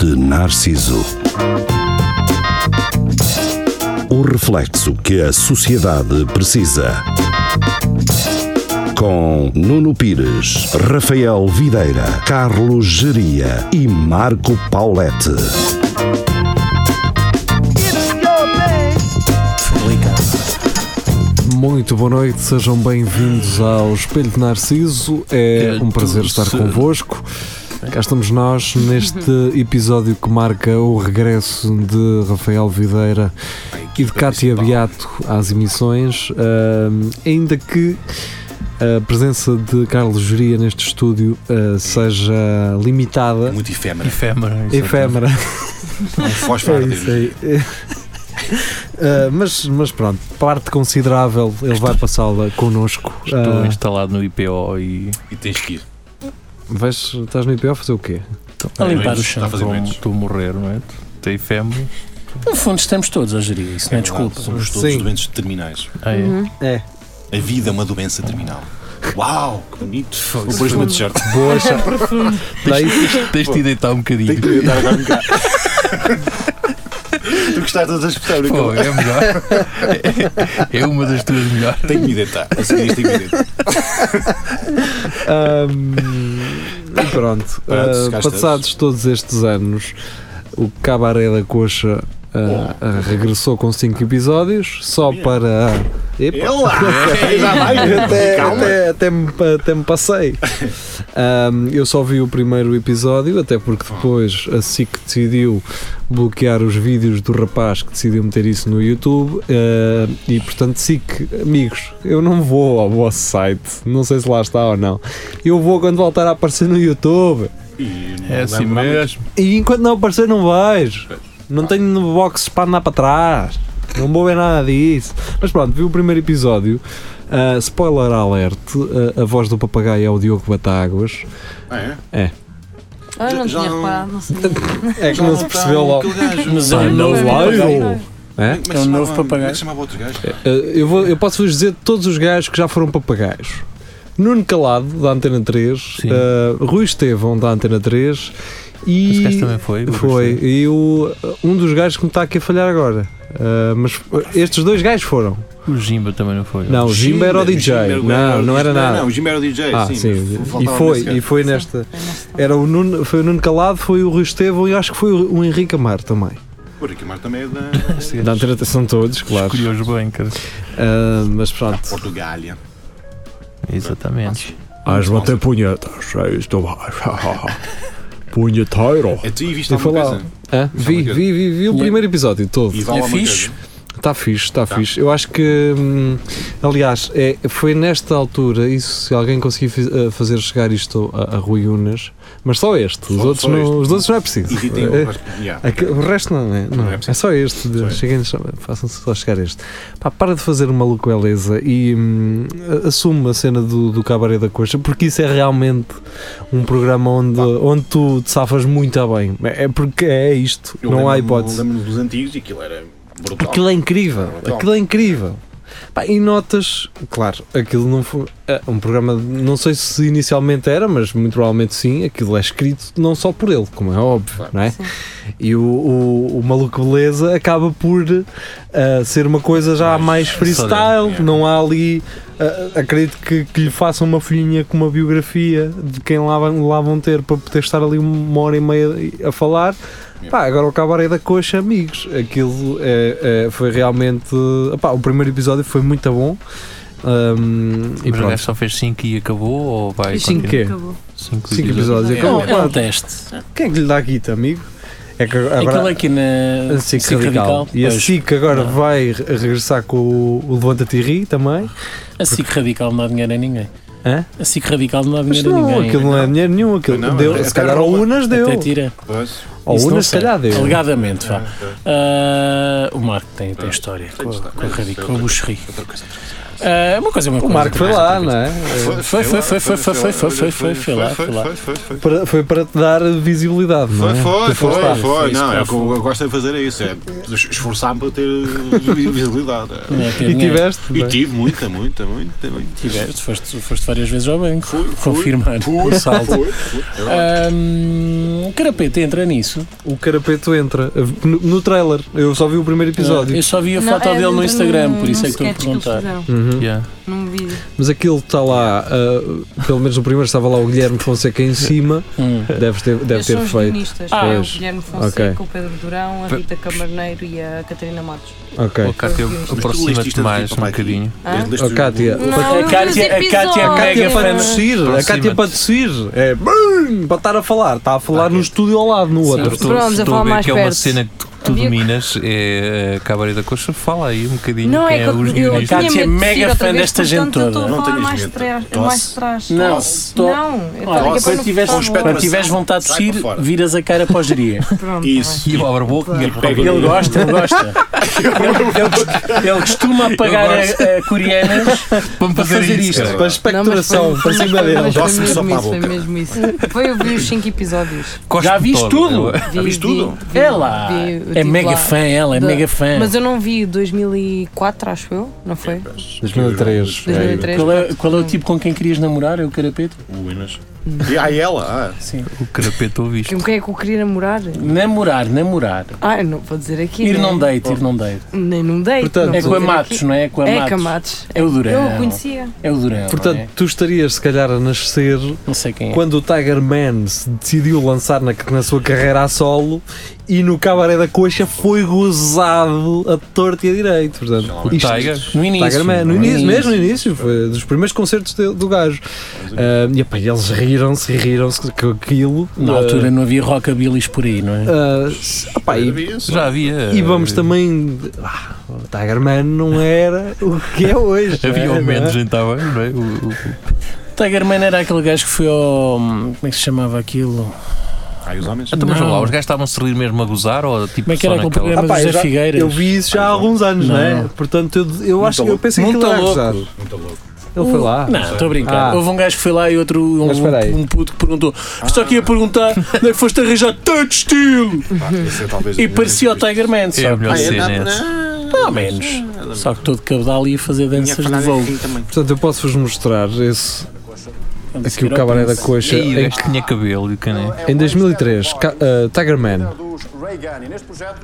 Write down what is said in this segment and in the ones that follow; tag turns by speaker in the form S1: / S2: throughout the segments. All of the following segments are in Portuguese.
S1: de Narciso. O reflexo que a sociedade precisa. Com Nuno Pires, Rafael Videira, Carlos Geria e Marco Paulette.
S2: Muito boa noite, sejam bem-vindos ao Espelho de Narciso. É um prazer estar convosco. Cá estamos nós neste episódio que marca o regresso de Rafael Videira e de Cátia Beato às emissões, ahm, ainda que a presença de Carlos Geria neste estúdio ah, seja limitada,
S3: Muito efêmera.
S4: Efêmera.
S2: efêmera. É
S3: Fosfárdeo.
S2: isso aí. Ah, mas, mas pronto, parte considerável ele vai passá-la connosco.
S4: Estou
S2: Ah,
S4: instalado no IPO e
S3: E tens que ir.
S2: vais, estás no IPO a fazer o quê?
S5: A
S2: É
S5: limpar
S3: Noites,
S5: o
S3: Está
S5: chão.
S3: a fazer noites.
S4: estou a morrer, não é? Tem efêmero.
S5: No fundo, estamos todos a gerir isso, não é? Desculpa.
S3: Somos todos
S2: Sim.
S3: doentes terminais.
S4: Ah, é.
S2: É.
S3: A vida é uma doença terminal. Uau, que bonito. Vou pôr isto no t-shirt.
S2: Boa chá. Dá isso.
S4: Tens de ir deitar um bocadinho.
S3: Tenho que tentar agora um bocado. Tu gostaste das expressões,
S4: Pô,
S3: não
S4: é melhor. É, é uma das tuas melhores.
S3: Tenho que me deitar. A seguir isto tenho que me deitar.
S2: Ahm, e pronto.
S3: Pronto,
S2: Ah,
S3: cá estás.
S2: passados todos estes anos, o Cabaré da Coxa ah, ah, regressou com 5 episódios, só para. a- Epa.
S3: Ela! É, Já
S2: Eu
S3: vai.
S2: É até,
S3: Calma.
S2: até, até, me, pa- até me passei. Ahm, eu só vi o primeiro episódio, até porque depois a SIC decidiu bloquear os vídeos do rapaz que decidiu meter isso no YouTube. ah, e portanto, SIC, amigos, eu não vou ao vosso site, não sei se lá está ou não. Eu vou quando voltar a aparecer no YouTube.
S3: E não
S4: É assim
S3: lembro nada.
S4: mesmo.
S2: E enquanto não aparecer, não vais. Não tenho boxes para andar para trás. Não vou ver nada disso. Mas pronto, vi o primeiro episódio. Ah, spoiler alert: ah, a voz do papagaio é o Diogo Batáguas.
S3: Ah, é?
S6: Ah, não
S3: Já
S6: tinha
S3: não-
S6: reparado, não sabia.
S2: É que não se percebeu logo.
S5: Mas é
S2: Ah,
S5: um novo
S6: não vai.
S5: papagaio.
S2: É?
S3: Como que
S5: É
S3: se
S5: um
S3: chamava-
S5: novo
S3: Como é
S5: papagaio.
S3: que se chamava o outro gajo?
S2: Ah, eu, vou, eu posso vos dizer todos os gajos que já foram papagaios. Nuno Calado, da Antena 3,
S4: Sim.
S2: ah, Rui Estevão, da Antena 3,
S4: Esse
S2: e.
S4: gajo também foi.
S2: Foi.
S4: gostei.
S2: E o, um dos gajos que me está aqui a falhar agora. Ah, mas estes dois gajos foram.
S4: O Jimba também não foi.
S2: Não, o Jimba era o DJ. não, não era nada.
S3: Não, o Jimba era o DJ,
S2: ah,
S3: sim.
S2: sim.
S3: mas
S2: E
S3: faltava
S2: foi,
S3: nesse gajo.
S2: e foi nesta. Era o Nuno, foi o Nuno Calado, foi o Rui Estevão e acho que foi o o Henrique Amar também.
S3: Pô, Ricky Mar também é da
S4: Esse
S2: Da
S4: gajo
S2: antena são todos, claro.
S4: Escolheu-os bem, cara.
S2: Ah, mas
S3: da
S2: pronto.
S3: Portugália.
S4: Exatamente.
S2: Ah,
S3: Às bater
S2: punhetas, estou Punheteiro.
S3: É tu e viste
S2: E
S3: alguma
S2: foi lá.
S3: coisa? é-
S2: Ah, vi, vi, vi, vi o primeiro episódio todo.
S3: E Tá. vale
S5: É
S3: alguma
S5: fixe?
S3: coisa?
S2: Está fixe, está fixe. Eu acho que, hum, aliás, é, foi nesta altura, isso, se alguém conseguir fi- eh, fazer chegar isto a, a Rui Unas, mas só este, os,
S3: Só-
S2: outros,
S3: só
S2: não,
S3: este.
S2: os outros não é preciso.
S3: E tem um
S2: Eh,
S3: yeah.
S2: aque- o resto não é, não,
S3: Não é
S2: é,
S3: preciso.
S2: só este. de-
S3: Só este.
S2: Cheguem, só- façam-se só chegar este. Pá, para de fazer uma malucoeleza e hum, a- assume a cena do, do Cabaré da Coxa, porque isso é realmente um programa onde, onde tu te safas muito a bem. É porque é isto,
S3: Eu
S2: não há
S3: lembro-me-
S2: hipótese.
S3: Lembro-me dos antigos e aquilo era brutal.
S2: Aquilo é incrível,
S3: Brutal.
S2: aquilo é incrível. Pá, e notas, claro, aquilo não foi. é um programa, não sei se inicialmente era, mas muito provavelmente sim, aquilo é escrito não só por ele, como é óbvio, não é?
S6: Sim.
S2: E o, o, o Maluco Beleza acaba por ah, ser uma coisa já mais freestyle,
S3: yeah.
S2: não há ali. ah, acredito que, que lhe façam uma folhinha com uma biografia de quem lá, vão- lá vão ter para poder estar ali uma hora e meia a falar. Pá, agora o Cabaré da Coxa, amigos, aquilo é, é, foi realmente. Epá, o primeiro episódio foi muito bom. Hum, e
S4: Mas o gajo
S5: é
S2: pronto.
S4: só fez 5 e acabou? Ou vai
S2: E cinco quê?
S6: Acabou.
S4: 5
S2: Cinco episódios.
S5: É um,
S2: Acabou.
S5: é um teste.
S2: Quem é que lhe dá guita, amigo? É que
S5: Aquilo
S2: agora.
S5: aqui na
S2: A SIC Radical. E a
S5: pois.
S2: SIC agora
S5: Não.
S2: vai re- regressar com o, o Levanta-te e Ri também.
S5: A SIC Radical não dá dinheiro a ninguém.
S2: Hã?
S5: A SIC Radical não dá
S2: Mas
S5: dinheiro a
S2: não,
S5: ninguém.
S2: aquilo não é dinheiro nenhum. Aquilo
S3: Não,
S2: deu,
S3: até
S2: se calhar ao
S3: rouba.
S2: Unas
S5: Até
S2: deu.
S5: tira.
S3: Pois.
S2: Ao
S5: Isso não
S2: Unas se
S5: sei.
S2: calhar deu.
S5: Alegadamente, vá.
S3: É,
S5: Ah, o Marco É, tem, tem história com, a- com, a Radical, com o Buxerri.
S3: outra coisa, outra coisa.
S5: É uma coisa, uma
S2: O
S5: coisa.
S2: Marco foi lá, não é?
S5: Foi, foi, foi, foi, foi, foi, foi, foi, foi, foi lá, foi lá.
S3: Foi, foi, foi.
S2: Para- foi para te dar visibilidade, não é?
S3: Foi, foi,
S2: Tu foste
S3: foi,
S2: lá.
S3: foi.
S5: isso,
S3: Não, é
S5: claro,
S3: o que eu eu gosto de fazer é isso, é es- esforçar-me para ter visibilidade. é.
S5: Não é, ter
S2: E
S5: dinheiro.
S2: tiveste. não
S3: E
S2: é?
S3: tive muita, muita, muita, muita.
S5: Tiveste, foste, foste várias vezes ao banco.
S3: Fui, fui,
S5: Confirmar.
S3: fui,
S2: Um salto.
S3: fui, fui. É verdade.
S5: Ahm, O Carapete entra nisso.
S2: O carapeto entra no, no trailer. Eu só vi o primeiro episódio.
S5: É, Eu só vi a
S6: é
S5: foto dele
S6: um
S5: no Instagram, por isso é que estou a perguntar.
S2: Uhum.
S4: Yeah.
S6: Num vídeo.
S2: Mas aquilo está lá, ah, pelo menos no primeiro estava lá o Guilherme Fonseca em cima,
S6: É
S5: Hum.
S2: deve ter, deve
S6: Eles são
S2: ter
S6: os
S2: feito.
S6: guionistas.
S5: Ah,
S6: é o
S2: pois.
S6: Guilherme Fonseca,
S2: Ok.
S6: o Pedro Durão, a Rita Camarneiro e a Catarina Matos.
S2: Ok.
S4: Ó, Cátia,
S6: Mas tu
S3: leste isto
S4: aproxima-te
S3: aqui
S4: mais um
S3: para aqui?
S4: bocadinho.
S6: Hã?
S3: Desde- desde
S2: Ó, Cátia,
S6: Ah. Não,
S2: para-
S5: A
S6: não,
S5: Cátia- a
S6: nos
S5: Cátia é
S6: episódios.
S5: mega
S2: Cátia para
S5: fã.
S2: tossir, a Cátia
S4: Aproxima-te.
S2: para tossir, é brum, para estar a falar, está a
S6: Ah,
S2: falar
S6: é.
S2: no estúdio ao lado, no
S4: Eu
S2: outro.
S4: estou,
S6: Pronto,
S4: estou
S6: eu vou
S4: a ver
S6: mais
S4: que é uma
S6: perto.
S4: cena que tu, tu
S6: Havia-
S4: dominas, é a Cabaré da Coxa. Fala aí um bocadinho
S6: Não
S4: quem
S6: é que
S4: é os
S6: eu, eu
S4: guionistas.
S5: Cátia
S6: tinha
S5: é
S6: medo de
S5: mega
S6: tossir outra
S5: fã
S6: vez,
S5: desta gente
S6: portanto, eu estou
S5: toda.
S6: a
S3: Não
S6: falar
S3: tenhas
S6: mais
S3: medo.
S6: trás-
S3: Tosse.
S6: mais trás.
S5: Não, to-
S3: Ah,
S6: Não, eu estava
S5: Olha,
S6: aqui para
S5: quando
S6: não
S5: tiveres,
S6: ficar
S3: com
S6: no
S5: quando tiveres vontade de
S3: Sai para
S5: sair,
S3: fora.
S5: viras a cara para o geria.
S6: outro. Pronto, tá
S3: Isso.
S4: E o Aberboca e a
S3: pega
S5: Ele gosta, ele gosta. Ele, ele- ele costuma pagar a, a coreanas
S4: Vamos
S5: para fazer
S4: isso,
S5: isto.
S4: cara.
S2: Para
S6: bem. Não, mas foi-
S2: espectração, para
S6: foi-
S2: cima
S6: foi-
S2: dele.
S6: mas foi
S3: Dóce-me
S6: mesmo
S3: só para a
S6: isso, foi
S3: boca.
S6: mesmo isso. Foi ouvir os 5 episódios.
S4: Cospe
S5: Já viste
S4: todo.
S5: tudo?
S4: Eu-
S6: Vi,
S3: Ah, viste tudo?
S6: vi- vi-
S5: Ela
S6: vi-
S5: é
S6: tive
S5: mega
S6: lá.
S5: fã, ela é
S6: Da-
S5: mega fã.
S6: Mas eu não vi 2004, acho eu, não
S3: É,
S6: foi?
S2: 2003.
S6: 2003.
S5: Qual é, qual é o tipo com quem querias namorar? É o carapeto?
S3: Ui, mas- E aí ela, ah,
S5: Sim.
S4: O carapeto ouviste.
S6: Com quem é que eu queria namorar?
S5: Namorar, namorar.
S6: Ah, eu não vou dizer aqui.
S5: Ir
S6: né?
S5: num date, ir num date.
S6: Nem num date.
S2: Portanto,
S6: não
S5: É
S6: vou
S5: com a
S6: dizer
S5: Matos,
S6: aqui.
S5: não é? É com a
S6: É com a
S5: Matos.
S6: Matos.
S5: É o Durão.
S6: Eu o conhecia.
S5: É o Durão. não, é?
S2: Portanto, tu estarias se calhar a nascer
S5: não sei quem é.
S2: quando o Tiger Man se decidiu lançar na, na sua carreira a solo e no Cabaré da Coxa foi gozado a torto e a direito. Portanto,
S3: O
S2: isto-
S4: Tiger.
S5: No início.
S2: Tiger Man, no início, mesmo no início, foi dos primeiros concertos dele- do gajo. Ah, e epá, eles riram-se, riram-se com aquilo.
S5: Na
S2: Ah,
S5: altura não havia rockabilis por aí, não é?
S2: ah, epá, e,
S3: havia isso.
S4: Já havia.
S2: e vamos também. Ah, o Tiger Man não era o que é hoje.
S4: eh, Havia
S2: não é?
S4: ao menos então, não é? O- o-
S5: Tiger Man era aquele gajo que foi ao. Como é que se chamava aquilo?
S3: Ai, os homens.
S4: Então, mas
S5: Não.
S4: lá, os gajos estavam-se a rir mesmo a gozar ou tipo
S5: Como é que
S4: só
S5: era aquele
S4: naquela-
S5: programa do
S2: Epá, Ah, eu
S5: José
S2: já-
S5: Figueiras?
S2: Eu vi isso já há alguns anos, não, é?
S5: Não.
S2: Portanto, eu, eu acho que eu
S3: louco.
S2: pensei que
S5: Muito
S2: ele era
S5: louco.
S2: gozar.
S3: Muito louco.
S2: Ele foi lá.
S5: Não, estou a brincar.
S2: Ah.
S5: Houve um gajo que foi lá e outro, um,
S2: Mas espera aí. Ah.
S5: um puto que perguntou: Estou aqui a perguntar onde é que foste arranjar tanto estilo?
S3: Pá, esse é talvez
S5: E
S3: o
S5: parecia o
S3: melhor
S5: Tiger Man,
S4: É a
S5: só,
S4: melhor
S3: Ah, é?
S4: cena
S3: Não,
S4: essa.
S5: Pelo menos. Só que todo cabedal ia fazer danças de voo.
S2: Portanto, eu posso-vos mostrar esse, aqui É o Cabaré da Coxa
S4: E aí, o
S2: em,
S4: gajo tinha cabelo e né? o cané.
S2: em 2003, ca, ah, Tiger Man.
S7: dos Reagan e neste projeto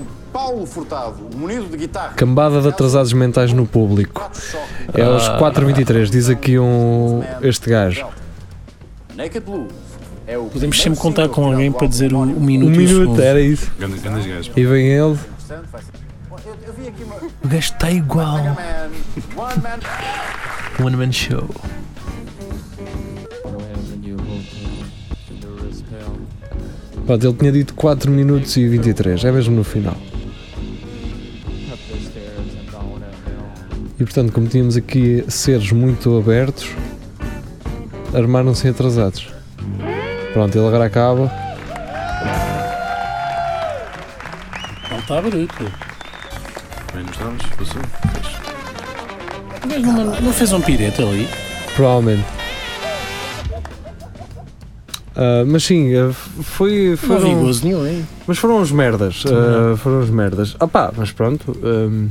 S7: o Paulo Furtado, munido de guitarra.
S2: Cambada de atrasados mentais no público.
S7: quatro choques,
S2: É aos
S5: Ah.
S2: 4h23, diz aqui um, este gajo.
S7: Naked Blues. É o
S5: Podemos
S7: primeiro
S5: sempre contar
S7: single
S5: com
S7: que
S5: alguém
S7: dá ao
S5: para dizer o,
S7: álbum
S5: o minuto.
S7: homónimo.
S2: Um
S5: e o
S2: minuto,
S5: segundo.
S2: era isso.
S3: Grandes, grandes gajos.
S2: E vem ele.
S7: Portanto, vai ser- Bom, Eu, eu vi aqui uma.
S4: O gajo está igual.
S7: Man, one man.
S3: É.
S4: One Man Show.
S2: Pronto, ele tinha dito 4 minutos e 23, é mesmo no final. E portanto, como tínhamos aqui seres muito abertos, armaram-se em atrasados. Pronto, ele agora acaba.
S5: Ele está bruto.
S3: Bem, mostramos, passou.
S5: O gajo Não, não fez um pirete ali.
S2: Provavelmente. Ah, mas sim, ah, foi.
S5: Não havia
S2: Foram,
S5: gozo nenhum, hein?
S2: mas foram uns merdas. ah, foram uns merdas. Ah pá, mas pronto. eh, ahm,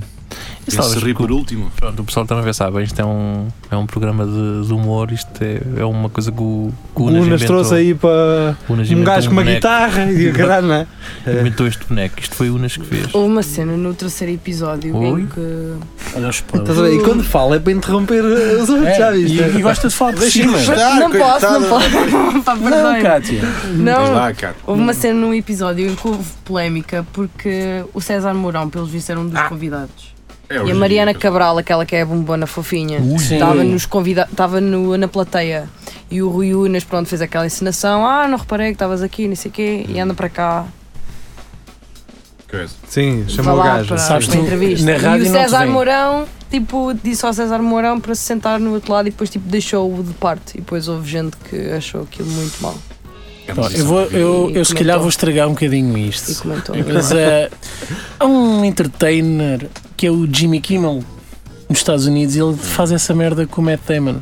S4: Isso talvez
S3: Esse ri por último.
S4: Pronto, o pessoal também vai saber, isto é um, é um programa de, de humor, isto é, é uma coisa que o, que o
S2: o
S4: Unas
S2: Unas
S4: inventou.
S2: trouxe aí para.
S4: O Unas
S2: Um
S4: inventou
S2: gajo com uma
S4: boneco,
S2: guitarra e o caralho, não é?
S4: Inventou este boneco, isto foi o Unas que fez.
S6: Houve uma cena no terceiro episódio
S4: Oi.
S6: em que.
S5: Olha os pão.
S2: Estás a ver? E quando fala é para interromper os outros, já
S5: É,
S2: viste? né?
S5: e, e gosta de falar por cima.
S6: não posso, não posso. Pá,
S5: Não,
S6: perdoe-me.
S5: Cátia. Então,
S3: Mas
S6: Não,
S3: lá, cara.
S6: houve
S5: Hum.
S6: uma cena num episódio em que houve polémica porque o César Mourão, pelos vistos, era um
S5: Ah.
S6: dos convidados.
S3: É o
S6: E a Mariana
S3: Júlio,
S6: Cabral, aquela que é a bombona fofinha,
S5: Sim.
S6: estava nos convida estava no- na plateia. E o Rui Unas, pronto, fez aquela encenação: Ah, não reparei que estavas aqui, não sei o quê, e anda para cá.
S3: coisa.
S2: Sim,
S6: Vá
S2: chama o
S6: lá
S2: gajo.
S6: para,
S5: Sabes
S6: para a
S5: tu,
S6: entrevista.
S5: na rádio
S6: e o
S5: não te
S6: César
S5: vem.
S6: Mourão, tipo, disse ao César Mourão para se sentar no outro lado e depois, tipo, deixou-o de parte. E depois houve gente que achou aquilo muito mal
S3: É uma
S5: Ó, Eu,
S3: posição
S5: vou,
S3: horrível.
S5: eu, eu se
S6: Comentou.
S5: calhar vou estragar um bocadinho
S6: e
S5: isto.
S6: comentou.
S5: Mas eh, há um entertainer que é o Jimmy é Kimmel. nos Estados Unidos e ele faz essa merda com o Matt Damon.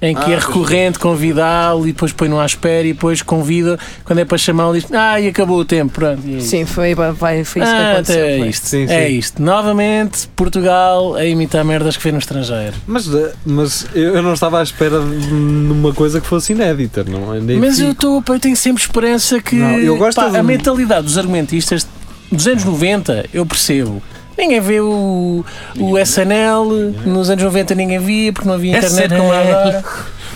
S5: Em que
S7: Ah,
S5: é
S7: pois
S5: recorrente convidá-lo e depois põe-no à espera e depois convida. Quando é para chamá-lo, diz: Ah, e acabou o tempo. Pronto. e é isso.
S6: Sim, foi, vai, foi isso que
S5: Ah,
S6: aconteceu.
S5: é
S6: foi.
S5: isto.
S2: Sim,
S5: É
S2: sim.
S5: isto. Novamente, Portugal a imitar merdas que vê no estrangeiro.
S2: Mas, eh, mas eu eu não estava à espera de uma coisa que fosse inédita, não é? Nem
S5: Mas
S2: fico-
S5: eu, tô, eu tenho sempre esperança que
S2: Não, eu gosto
S5: pá,
S2: de- um-
S5: a mentalidade dos argumentistas dos anos 90, eu percebo. Ninguém vê o, o SNL, nos anos 90 ninguém via porque não havia internet como há agora.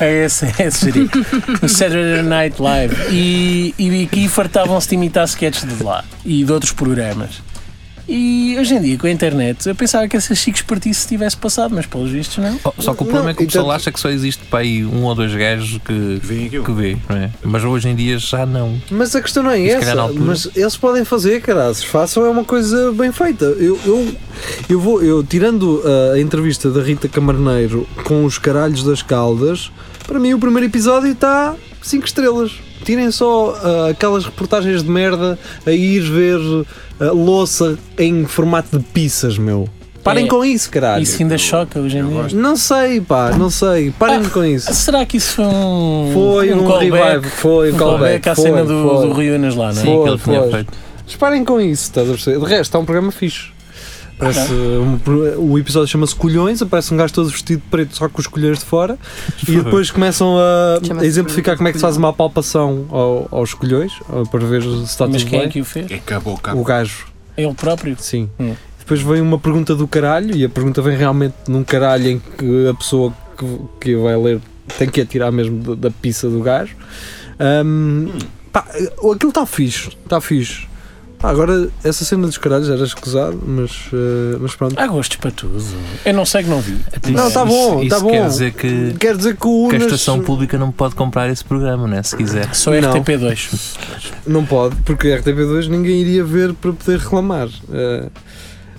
S5: É esse, é esse jerico. O Saturday Night Live. E, e aqui fartavam-se de imitar sketches de lá e de outros programas. E hoje em dia, com a internet, eu pensava que essa chique se tivesse passado, mas pelos vistos não.
S4: Oh, Só que o problema
S2: Não,
S4: é que o pessoal
S2: então-
S4: acha que só existe para aí um ou dois gajos que,
S3: Vem aqui, um. ó.
S4: que vê, não é? Mas hoje em dia já não.
S2: Mas a questão não é
S4: E se
S2: essa.
S4: calhar na altura.
S2: Mas eles podem fazer, caras. Façam é uma coisa bem feita. Eu, eu, eu vou, eu, tirando uh, a entrevista da Rita Camarneiro com os caralhos das caldas, para mim o primeiro episódio está 5 estrelas. Tirem só uh, aquelas reportagens de merda a ir ver uh, louça em formato de pizzas, meu. Parem
S5: É.
S2: com isso, caralho.
S5: Isso ainda choca hoje em dia.
S2: Não sei, pá, não sei. Parem
S5: Ah,
S2: com isso.
S5: Será que isso foi um.
S2: Foi um,
S5: callback?
S2: revive, foi um
S5: Um
S2: callback.
S5: callback à
S2: foi,
S5: cena do,
S2: foi.
S5: do Rio Unas lá, não é?
S4: Sim,
S2: Foi,
S4: que ele tinha
S2: foi.
S4: feito.
S2: Mas parem com isso, estás a perceber? De resto, é um programa fixe. Parece, um pro- o episódio chama-se Colhões, aparece um gajo todo vestido de preto, só com os colhões de fora, e depois começam a, a
S6: Chama-se
S2: exemplificar como é que se faz uma palpação ao- aos colhões, ao- para ver se está
S5: Mas
S2: tudo
S5: quem é
S2: bem.
S5: que o fez?
S3: É que a boca.
S2: O gajo,
S5: Ele próprio.
S2: sim.
S5: Hum.
S2: Depois vem uma pergunta do caralho, e a pergunta vem realmente num caralho em que a pessoa que, que vai ler tem que atirar mesmo da, da pizza do gajo. Ahm, pá, aquilo está fixe, está fixe. Pá, agora, essa cena dos caralhos era escusado, mas, eh, mas pronto.
S5: Há gostos para tudo. Eu não sei que não vi.
S2: Não,
S4: Isso-
S2: tá bom,
S4: isso
S2: tá
S4: quer
S2: bom.
S4: dizer que,
S2: Quer dizer que o
S4: que a
S2: Unas
S4: estação pública não pode comprar esse programa, né? Se quiser.
S5: Só
S2: Não.
S5: RTP2.
S2: não pode, porque a RTP2 ninguém iria ver para poder reclamar. Eh,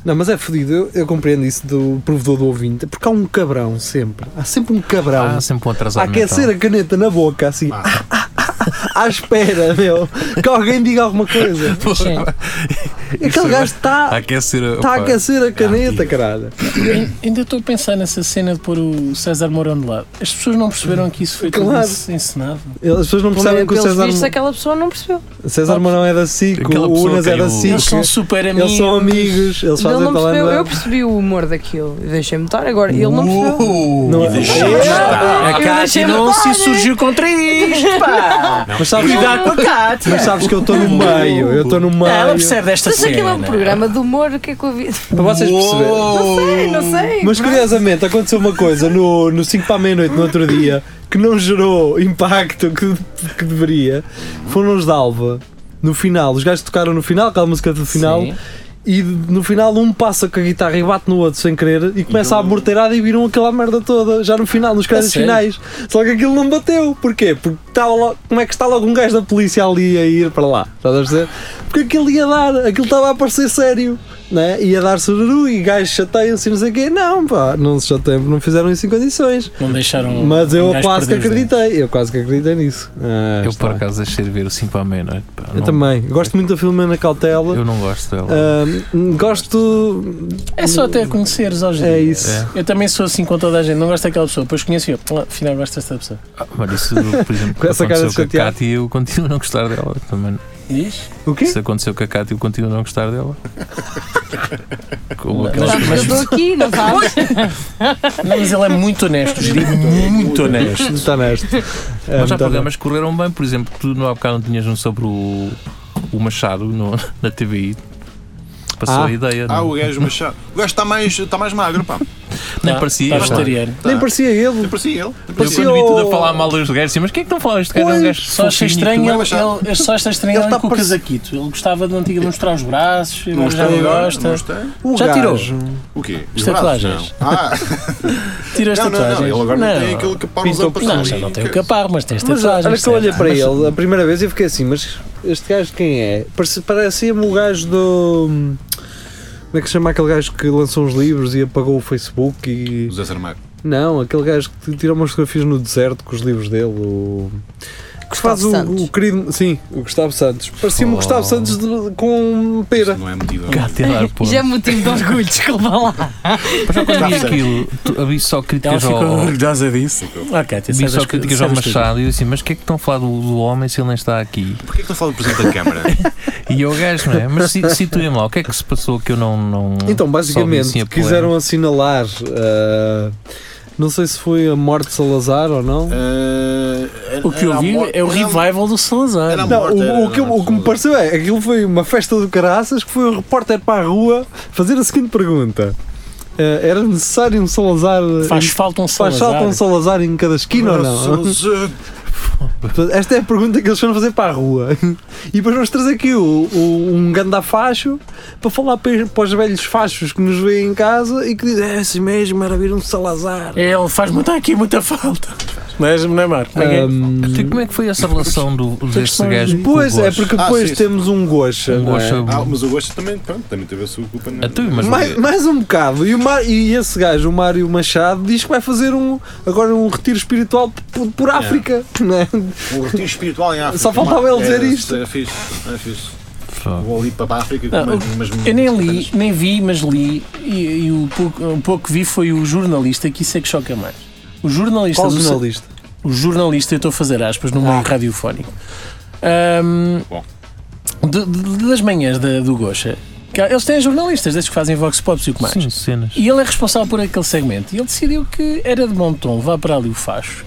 S2: não, mas é fodido, eu, eu compreendo isso do provedor do ouvinte, porque há um cabrão sempre. Há sempre um cabrão.
S4: Há sempre um
S2: a
S4: atrasado.
S2: aquecer
S4: mental.
S2: a caneta na boca, assim, à espera, meu, que alguém diga alguma coisa.
S5: Sim.
S2: Aquele gajo
S4: a
S2: está
S4: aquecer a.
S2: tá
S4: é
S2: a
S4: Ah, opa. Ah,
S2: aquecer a caneta, caralho.
S5: Ai- Ainda estou a pensar nessa cena de pôr o César Mourão de lado. As pessoas não perceberam que isso foi
S2: Claro.
S5: tudo ence- encenado.
S2: As pessoas não percebem que o
S6: Pelos
S2: César,
S6: vistos, aquela pessoa não percebeu.
S2: César Mourão é da SIC,
S4: Aquela
S2: o
S4: pessoa
S2: Unas é
S4: tem
S2: da
S4: o-
S2: SIC.
S5: Eles são super amigos.
S2: eles são amigos, eles
S6: ele
S2: fazem
S6: não percebeu. Eu
S2: palavra.
S6: percebi o humor daquilo. Deixei-me estar agora. Ele não percebeu.
S2: Não, é?
S3: Deixa-me estar.
S5: A
S6: Eu
S5: Cátia
S6: deixei-me
S5: não se
S6: falar.
S5: surgiu contra isto, pá!
S2: mas, sabes,
S5: Cuidado com a Cátia!
S2: mas sabes que eu estou no meio, eu estou no meio.
S5: Ela percebe desta
S6: Mas
S5: cena.
S6: aquilo é um programa de humor. O que é que eu vi?
S2: Para vocês perceberem.
S6: Não sei, não é? sei.
S2: Mas curiosamente aconteceu uma coisa no, no 5 para a meia-noite no outro dia que não gerou impacto que, que deveria. Foram os de Alva no final. Os gajos tocaram no final, aquela música do final,
S5: Sim.
S2: e no final um passa com a guitarra e bate no outro sem querer e começa a morteirada e viram aquela merda toda, já no final, nos créditos
S5: sério?
S2: finais. Só que aquilo não bateu. Porquê? Porque estava logo, como é que está logo um gajo da polícia ali a ir para lá? Estás a dizer? Porque aquilo ia dar, aquilo estava a parecer sério. Né? Ia dar sururu e gajos chateiam-se e não sei o quê. Não, pá, não se chateiam, porque não fizeram isso em condições.
S5: Não
S4: Hum,
S5: deixaram.
S2: Mas
S5: um
S2: eu
S5: gajo
S2: quase que
S5: perder os dentes.
S2: acreditei, eu quase que acreditei nisso.
S4: né?
S2: Ah,
S4: Eu
S2: está.
S4: por acaso deixei de ver o 5 à meia-noite. pá.
S2: Eu
S4: Não-
S2: também. Gosto muito da Filomena Cautela.
S4: Eu não gosto dela.
S2: Ah. Ahm, gosto.
S5: É só até conheceres aos
S2: É isso.
S4: É.
S5: Eu também sou assim com toda a gente, não gosto daquela pessoa, depois conheço eu, pô, afinal gosto desta pessoa.
S4: Ah, Mas isso, por exemplo,
S2: Com essa cara
S4: aconteceu com
S2: de
S4: a
S2: chateado.
S4: Cátia eu continuo a não gostar dela. Também.
S5: Diz?
S2: O quê?
S4: Se aconteceu com a Cátia eu continuo a não gostar dela. Com aquela-
S6: Sabes que eu estou aqui, não sabes?
S5: Não, mas ele é muito honesto, digo muito
S2: É,
S5: honesto.
S2: Está É, neste.
S4: né? Mas há programas que correram bem, por exemplo, tu no há bocado não tinhas um sobre o, o Machado no, na TVI. Passou
S2: Ah.
S4: a ideia.
S3: Ah,
S4: não? é?
S3: o gajo machado. O gajo está mais, está mais magro, pá.
S4: Nem
S5: Tá,
S4: parecia.
S5: tá
S4: pá.
S5: vegetariano.
S2: Nem parecia ele.
S3: Eu parecia ele. É Eu
S4: Eu quando
S3: parecia
S4: vi
S2: Parecia
S4: tudo
S2: o-
S4: a falar mal dos gajos, assim, mas quem é que não fala este gajo? É um
S2: Pois,
S4: gajo
S5: Só
S4: fofinho
S5: achei
S4: e
S5: estranho,
S3: não
S5: ele,
S3: é machado.
S5: ele- só achei estranho
S2: Ele
S5: ele
S2: tá
S5: com o
S2: parec-
S5: casaquito. Ele gostava de antiga mostrar os braços, agora já não
S3: tem agora,
S5: gosta.
S3: Não tem.
S2: O
S5: Já tirou?
S2: gajo.
S3: O quê?
S5: Os
S3: braços?
S5: tatuagens.
S3: Não. Ah,
S5: Tira as
S3: não, não,
S5: tatuagens.
S3: não. Ele agora não, tem
S5: Não.
S3: aquele capão nos
S2: Pintou-
S3: aparelhos.
S5: Não, já não tem o caparro, mas tem as
S2: Mas
S5: tatuagens.
S2: olha que eu olhei
S5: percebes?
S2: para
S5: Mas-
S2: ele a primeira vez e fiquei assim, mas este gajo quem é? Parece- Parecia-me o gajo do. hum, Como é que se chama aquele gajo que lançou uns livros e apagou o Facebook e.
S3: O Zé Saramago.
S2: Não, aquele gajo que tirou umas fotografias no deserto com os livros dele. O...
S6: Gustavo
S2: faz o,
S6: Santos.
S2: o querido. Sim, o Gustavo Santos. Parecia-me o
S5: Oh.
S2: Gustavo Santos de- com pera.
S3: Não é motivo.
S4: Gato é pô.
S6: Já é motivo de orgulho, desculpa lá.
S4: Mas só quando vi
S3: Gustavo
S4: aquilo, tu- havia só críticas
S5: Ela ficou-
S4: ao,
S3: orgulhosa disso.
S5: Ok, tu
S4: vi
S5: sabes
S4: só
S5: as
S4: críticas
S5: coisas-
S4: ao
S5: sabes tudo.
S4: Machado e eu assim, mas o que é que estão a falar do, do homem se ele nem está aqui?
S3: Porquê que não fala do Presidente da Câmara?
S4: E eu gajo, não é? Mas si- situem-me lá, o que é que se passou que eu não. não
S2: Então, basicamente,
S4: só vi assim a
S2: quiseram assinalar. ah, não sei se foi a morte de Salazar ou não.
S3: É, Eh,
S5: O que eu
S3: era a
S5: vi
S3: morte-
S5: é o
S3: era a-
S5: revival do Salazar.
S3: era a
S2: Não,
S3: morte, era-
S2: o, o que,
S3: era
S2: o que me
S3: absurdo.
S2: pareceu é aquilo foi uma festa do caraças que foi um repórter para a rua fazer a seguinte pergunta: Eh, Era necessário um Salazar.
S5: Faz
S2: em-
S5: falta um
S2: faz
S5: Salazar.
S2: falta um Salazar em cada esquina ou não? Portanto, Esta é a pergunta que eles foram fazer para a rua. E depois vamos trazer aqui o, o- um ganda facho para falar para, para os velhos fachos que nos veem em casa e que dizem: É assim mesmo, era vir um Salazar.
S5: É, Ele faz muita aqui muita falta. Não é, não é Marco? Como é que é?
S2: Ahm,
S4: Então, como é que foi essa relação do, deste gajo? com o
S2: pois Então, é,
S4: Bosch?
S2: porque
S3: Ah,
S2: depois
S3: sim, sim.
S2: temos um gocha.
S4: Um
S2: não é?
S4: Bosch-
S3: Ah, mas o gosto também, pronto, também teve a sua culpa. Não.
S4: Ah, tu, mas-
S2: Mais, mais um bocado. E, o Mar- e esse gajo, o Mário Machado, diz que vai fazer um, agora um retiro espiritual p- por, África. né?
S3: O retiro espiritual em África. é-
S2: Só faltava ele dizer
S3: Era-
S2: isto.
S3: Era fixe, era fixe.
S4: Só.
S3: Vou ali para a África
S5: Não,
S3: com umas- umas-
S5: Eu nem li, nem vi, mas li. E, e o, pouco, o pouco que vi foi o jornalista, que isso é que choca mais. O jornalista,
S2: Qual
S5: é do-
S2: jornalista? Ah.
S5: o jornalista, eu estou a fazer aspas no meio radiofónico, Ahm,
S3: Bom.
S5: de- de- das manhãs da- do Gocha, que eles têm jornalistas, desde que fazem Vox Pops e o que mais.
S4: Sim, cenas.
S5: E ele é responsável por aquele segmento. E ele decidiu que era de bom tom, vá para ali o facho.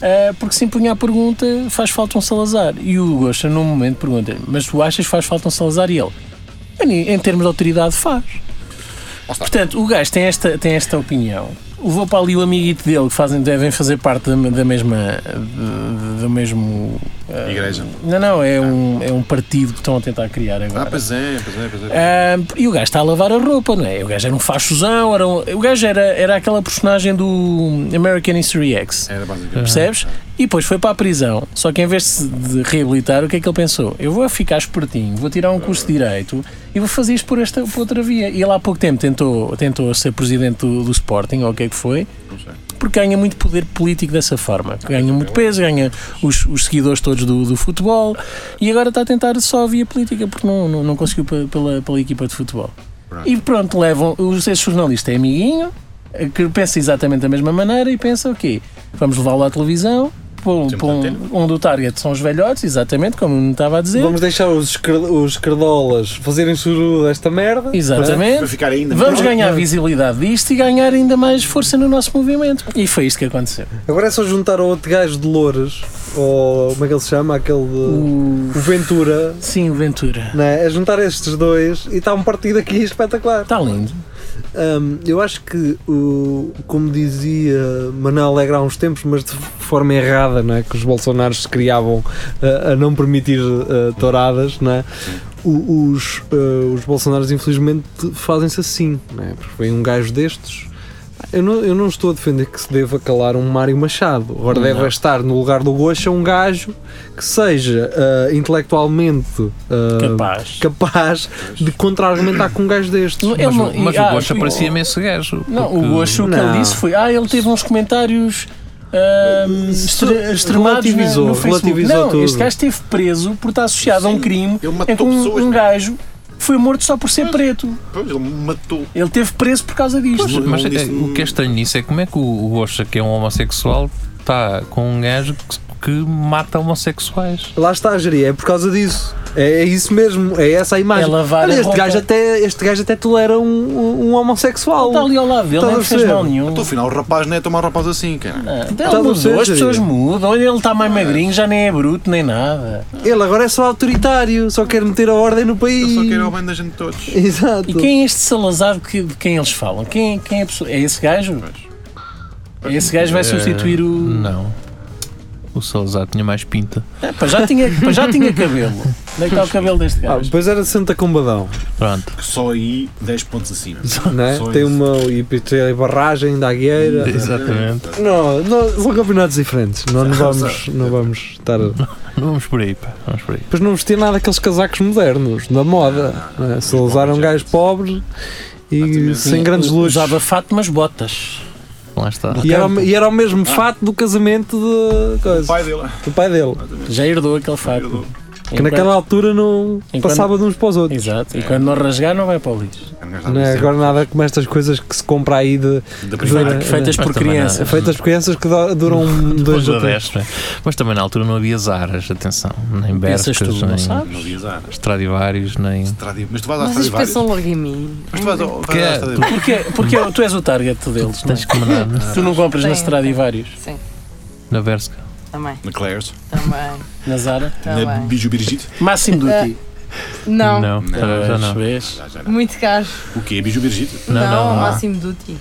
S5: Ah, porque se impunha a pergunta, faz falta um Salazar. E o Gosta, num momento, pergunta mas tu achas que faz falta um Salazar? E ele, "Mani, em termos de autoridade, faz. Portanto, o gajo tem esta, tem esta opinião. Levou para ali o amiguito dele, que fazem, devem fazer parte da, da mesma. da- do mesmo. ah,
S3: Igreja.
S5: Não, não, é um, é um partido que estão a tentar criar agora.
S3: Ah, pois é, pois é, pois é.
S5: Ah, e o gajo está a lavar a roupa, não é? O gajo era um fachozão, era um- o gajo era, era aquela personagem do American History X,
S3: Era basicamente.
S5: percebes? E depois foi para a prisão, só que em vez de se- de reabilitar, o que é que ele pensou? Eu vou ficar espertinho, vou tirar um curso de Direito e vou fazer isto por, esta, por outra via. E ele há pouco tempo tentou, tentou ser presidente do, do Sporting, ou o que é que foi, porque ganha muito poder político dessa forma. Ganha muito peso, ganha os, os seguidores todos do, do futebol e agora está a tentar só via política porque não, não, não conseguiu pe- pela, pela equipa de futebol.
S3: Pronto.
S5: E pronto, levam. os- Esse jornalista é amiguinho eh, que pensa exatamente da mesma maneira e pensa: ok, vamos levá-lo à televisão. pô-
S3: Temos
S5: pô-
S3: antena.
S5: onde o target são os velhotes, exatamente, como eu estava a dizer.
S2: Vamos deixar os, escra- os cardolas fazerem sururu desta merda.
S3: Vai
S5: Exatamente.
S3: ficar ainda
S5: Vamos
S3: melhor.
S5: ganhar visibilidade disto e ganhar ainda mais força no nosso movimento. E foi isto que aconteceu.
S2: Agora é só juntar ao outro gajo de Louras, ou como é que ele se chama? Aquele de.
S5: O...
S2: O Ventura.
S5: Sim, o Ventura.
S2: Né? É juntar estes dois e está um partido aqui espetacular.
S5: Está Tá lindo.
S2: Hum, eu acho que, o, como dizia Manuel Alegre há uns tempos, mas de forma errada, não é? que os Bolsonaros se criavam ah, a não permitir ah, touradas, não é? O- os, ah, os Bolsonaros infelizmente fazem-se assim, não é? porque vem um gajo destes. Eu não, eu não estou a defender que se deva calar um Mário Machado. Ora, deve estar no lugar do Gocha um gajo que seja ah, intelectualmente ah,
S5: Capaz.
S2: capaz de contra-argumentar com um gajo destes.
S5: Não, ele
S4: Mas,
S5: não-
S4: o- mas
S5: ah,
S4: o Bosch
S5: o-
S4: parecia-me esse gajo.
S5: Não,
S4: porque-
S5: o Gosto o que
S2: Não.
S5: ele disse foi: ah, ele teve uns comentários. ahm,
S2: Eh,
S5: estre- extremados na-
S2: relativizou,
S5: no Facebook.
S2: relativizou
S5: não, este
S2: tudo.
S5: gajo esteve preso por estar associado a um crime
S3: ele matou
S5: em que um,
S3: pessoas,
S5: um
S3: né?
S5: gajo foi morto só por ser preto.
S3: Pois, ele matou.
S5: Ele teve preso por causa disto.
S4: Mas,
S3: Não,
S4: mas
S3: não
S4: é-
S3: disse-
S4: o que é estranho nisso é como é que o, o Bosch, que é um homossexual, está com um gajo que, que mata homossexuais.
S2: Lá está a geria, é por causa disso. É, é isso mesmo, é essa a imagem.
S5: É lavar
S2: Olha,
S5: a
S2: este,
S5: roupa.
S2: gajo até, este gajo até tolera um, um- um homossexual.
S5: Ele está ali ao lado dele,
S2: Estás
S5: não
S2: Tá a
S5: lhe fez
S2: perceber?
S5: mal nenhum.
S3: Então, afinal, o rapaz não é tomar rapaz assim, cara.
S5: Ah, então
S2: Estás tá a
S5: ele
S2: perceber,
S5: mudou, as pessoas
S2: Jardim?
S5: mudam, ele está mais magrinho, já nem é bruto, nem nada.
S2: Ele agora é só autoritário, só quer meter a ordem no
S3: Eu
S2: país.
S3: só quero o bem da gente todos.
S2: Exato.
S5: E quem é este Salazar de que- de quem eles falam? Quem, quem é, a pessoa? é esse gajo? É Esse gajo vai substituir o.
S4: Não. O Salazar tinha mais pinta.
S5: É, pá, já tinha, pá, já tinha cabelo. Onde é que está o cabelo deste
S2: Ah,
S5: gajo?
S2: depois era Santa Combadão,
S4: Pronto.
S3: Que só aí 10 pontos acima.
S2: né?
S3: Só
S2: tem
S3: isso.
S2: uma e tem a barragem da Agueira.
S4: Exatamente.
S2: Não, não, são campeonatos diferentes. Não, não vamos, não vamos estar. Depois
S4: Vamos por aí, pá. Vamos por aí.
S2: não vestia nada aqueles casacos modernos, da moda. né? Se eles eram um gajo pobre e sem grandes luxos.
S5: Usava fato, mas botas.
S4: lá está.
S2: E era, o, e era o mesmo fato do casamento de coisa,
S3: Pai dele.
S2: do pai dele.
S5: Já herdou aquele fato.
S2: Que naquela altura não
S5: enquanto-
S2: passava de uns para os outros.
S5: Exato.
S4: É.
S5: E quando não rasgar, não vai para o lixo.
S2: Não é agora nada como estas coisas que se compra aí de
S3: Da
S2: que dura-
S3: primeira.
S5: Feitas
S4: Mas
S5: por
S4: também
S5: crianças.
S2: feitas por crianças que do- duram um, dois
S4: Depois da
S2: ou três.
S4: 10, não é? Mas também na altura não havia Zaras, atenção. Nem
S5: Pensas
S4: Bercas,
S5: tu, não
S4: nem
S5: sabes?
S3: Não vi azar.
S4: Stradivarius, nem.
S3: Estradi- Mas tu vais à
S6: Vocês
S3: Stradivarius.
S6: pensam logo em mim.
S3: Mas tu vais ao-
S4: Que
S3: vais à
S4: é?
S3: Stradivarius.
S5: Porque, porque tu és o target deles. não é?
S4: Tens que mandar na-
S5: Tu não compras na
S6: Tem,
S5: Stradivarius,
S6: Sim,
S4: na Berska.
S6: também.
S3: Na Claire's.
S6: Também.
S5: na Zara.
S3: Na
S6: Também.
S3: Biju Birgit.
S5: Máximo Duty.
S6: Não,
S4: não, já já não.
S5: Vês?
S3: Já, já não.
S6: muito caro.
S3: O quê? Biju Birgit?
S4: Não,
S6: Não,
S4: não, não.
S6: máximo duty.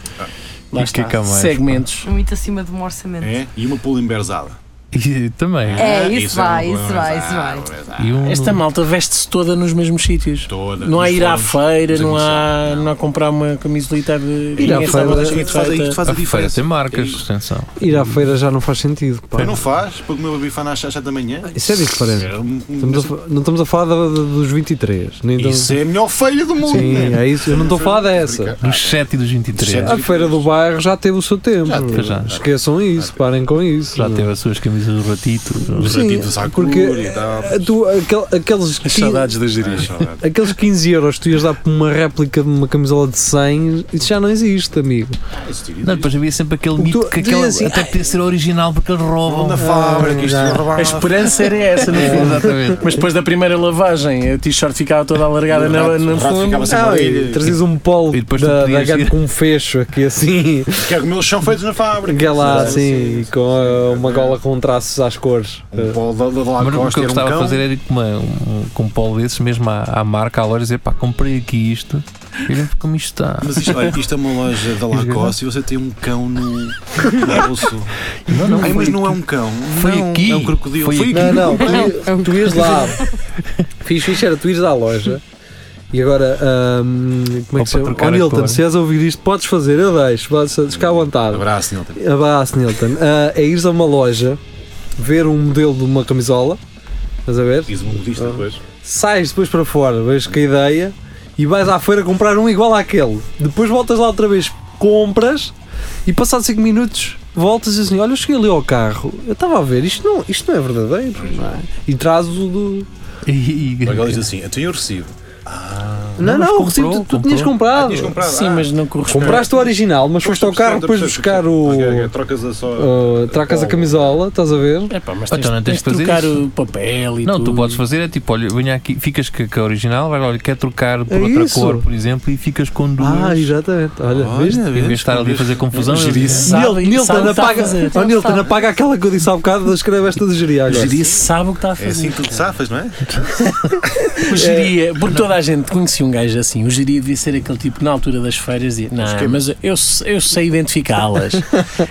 S5: Lá
S4: Fica
S5: está.
S4: cá é mais,
S5: Segmentos.
S6: Muito acima do meu orçamento.
S3: É? E uma pula emberzada.
S4: E também.
S6: É,
S3: Ah,
S6: isso vai,
S3: uma é
S6: isso
S3: pula emberzada,
S6: vai, isso
S3: uma emberzada.
S4: E um-
S5: Esta é malta veste-se toda nos mesmos sítios.
S3: Toda.
S5: Não há
S3: nos
S5: ir à
S3: fornos,
S5: feira,
S3: nos
S5: não há,
S3: almoçares,
S5: não há comprar uma camisolita de
S2: Ir à
S5: ninguém
S2: feira-
S5: sabe onde é que é
S3: Isto faz,
S5: feita.
S3: isto faz
S4: a
S3: a
S4: é feira
S3: diferença.
S4: tem marcas, atenção.
S2: Ir à feira já não faz sentido. pá.
S3: Mas não faz, porque o meu bifana às 7 da manhã.
S2: Isso é diferente.
S3: É um- um-
S2: Estamos a fa- não estamos a falar da- da- dos 23. Nem estamos-
S3: Isso é a melhor feira do mundo. né?
S2: Sim, é isso. Eu não estou a falar dessa.
S3: Ah,
S4: Dos 7 e dos 23.
S2: A feira do bairro já teve o seu tempo.
S4: teve, já.
S2: Esqueçam isso, parem com isso.
S4: Já teve as suas camisas do ratito.
S3: Os
S2: Sim,
S3: ratitos à cor
S2: porque- Ah,
S3: e tal.
S2: Tu, aquel- aqueles,
S5: As
S2: quin-
S5: saudades das
S3: Ah,
S5: gerias.
S3: saudade.
S2: aqueles 15 euros que tu ias dar por uma réplica de uma camisola de 100, isso já não existe, amigo.
S3: Ah, esse tiro e
S4: Não,
S3: tiro.
S4: depois havia sempre aquele
S2: Tu-
S4: mito que
S2: tu
S4: aquela
S2: dizes assim,
S4: até podia ser original porque eles roubam.
S3: Na fábrica, isto
S2: já.
S3: é roubar
S5: A esperança era essa, no
S4: É.
S5: fundo.
S4: Exatamente.
S5: Mas depois da primeira lavagem, a t-shirt ficava toda alargada na,
S3: rato,
S5: no
S3: o rato
S5: fundo.
S3: ficava sempre
S5: Ah,
S3: ali.
S5: e-
S2: Trazias um polo
S4: E depois tu
S2: da, da
S4: podias
S2: Gap
S4: ir-
S2: com um fecho aqui assim,
S3: Que é como eles são feitos na fábrica.
S2: que é lá
S3: Sim, sim,
S2: assim,
S3: sim,
S2: com
S3: sim.
S2: uh, uma gola com traços às cores. Ah.
S3: Um pó da, da
S4: Mas o
S3: Lacoste
S4: que eu
S3: era um
S4: gostava de
S3: cão.
S4: fazer era ir com, uma, um, com um polo desses, mesmo à, à marca, à loja, dizer pá, comprei aqui isto e olha como isto está.
S3: Mas isto, olha, isto é uma loja da Lacoste e você tem um cão no no bolso.
S4: Não, não,
S3: Ai, mas
S4: foi
S3: não é um cão.
S4: Foi
S3: não,
S4: aqui.
S3: É um crocodilo.
S4: Foi
S3: Foi,
S4: aqui.
S3: aqui.
S2: Não, não, tu, tu ias lá. Fiz fixe era tu ires à loja. E agora, ahm, como
S4: Ou
S2: é que se chama?
S4: para trocar
S2: Ó
S4: a
S2: Nilton,
S4: cor.
S2: se és a ouvir isto, podes fazer, eu deixo, podes ficar à vontade.
S3: Abraço, Nilton.
S2: Abraço, Nilton. Ah, é ires a uma loja, ver um modelo de uma camisola, estás a ver?
S3: Diz um modista depois.
S2: Sais depois para fora, vês que a ideia, e vais à feira comprar um igual àquele. Depois voltas lá outra vez, compras, e passados 5 minutos voltas e assim: Olha, eu cheguei ali ao carro, eu estava a ver, isto não, isto não é verdadeiro. não é? E trazes o do.
S4: E- e-
S3: Agora diz assim, então eu recebo.
S2: Não,
S4: mas
S2: não, o
S4: comprou,
S2: recibo tu, tu
S4: comprou.
S2: tinhas comprado.
S3: Tinhas comprado.
S5: Sim,
S3: ah,
S5: mas não corresponde.
S2: Compraste o original, mas foste ao carro
S3: 60%,
S2: depois de buscar o.
S3: ok, ok, Trocas a só.
S2: Uh, tracas a camisola, estás a ver?
S5: É pá, mas
S4: Ah,
S5: tens,
S4: então não tens
S5: tens
S4: de fazer
S5: de trocar
S4: isso.
S5: o papel e
S4: Não,
S5: tudo.
S4: tu podes fazer é tipo, olha, venha aqui, ficas com com a original, vai lá, olha, quer trocar por
S2: É
S4: outra
S2: isso.
S4: cor, por exemplo, e ficas com duas.
S2: Ah, exatamente. Olha, viste?
S4: em vez de estar ali a fazer confusão, eu-
S3: Gerice.
S5: Sabe-
S2: Nil- Nilton,
S5: sabe o que está a
S2: apaga,
S5: fazer.
S2: oh, Nilton, apaga aquela que eu disse há bocado, escreve esta de geria
S5: O
S2: agora.
S5: geria sabe o que está a
S3: É assim
S5: fazer.
S3: que tu te safas, não é?
S5: o geria, porque toda a gente conhecia um gajo assim. O geria devia ser aquele tipo que na altura das feiras dizia: Não, mas eu, eu sei identificá-las.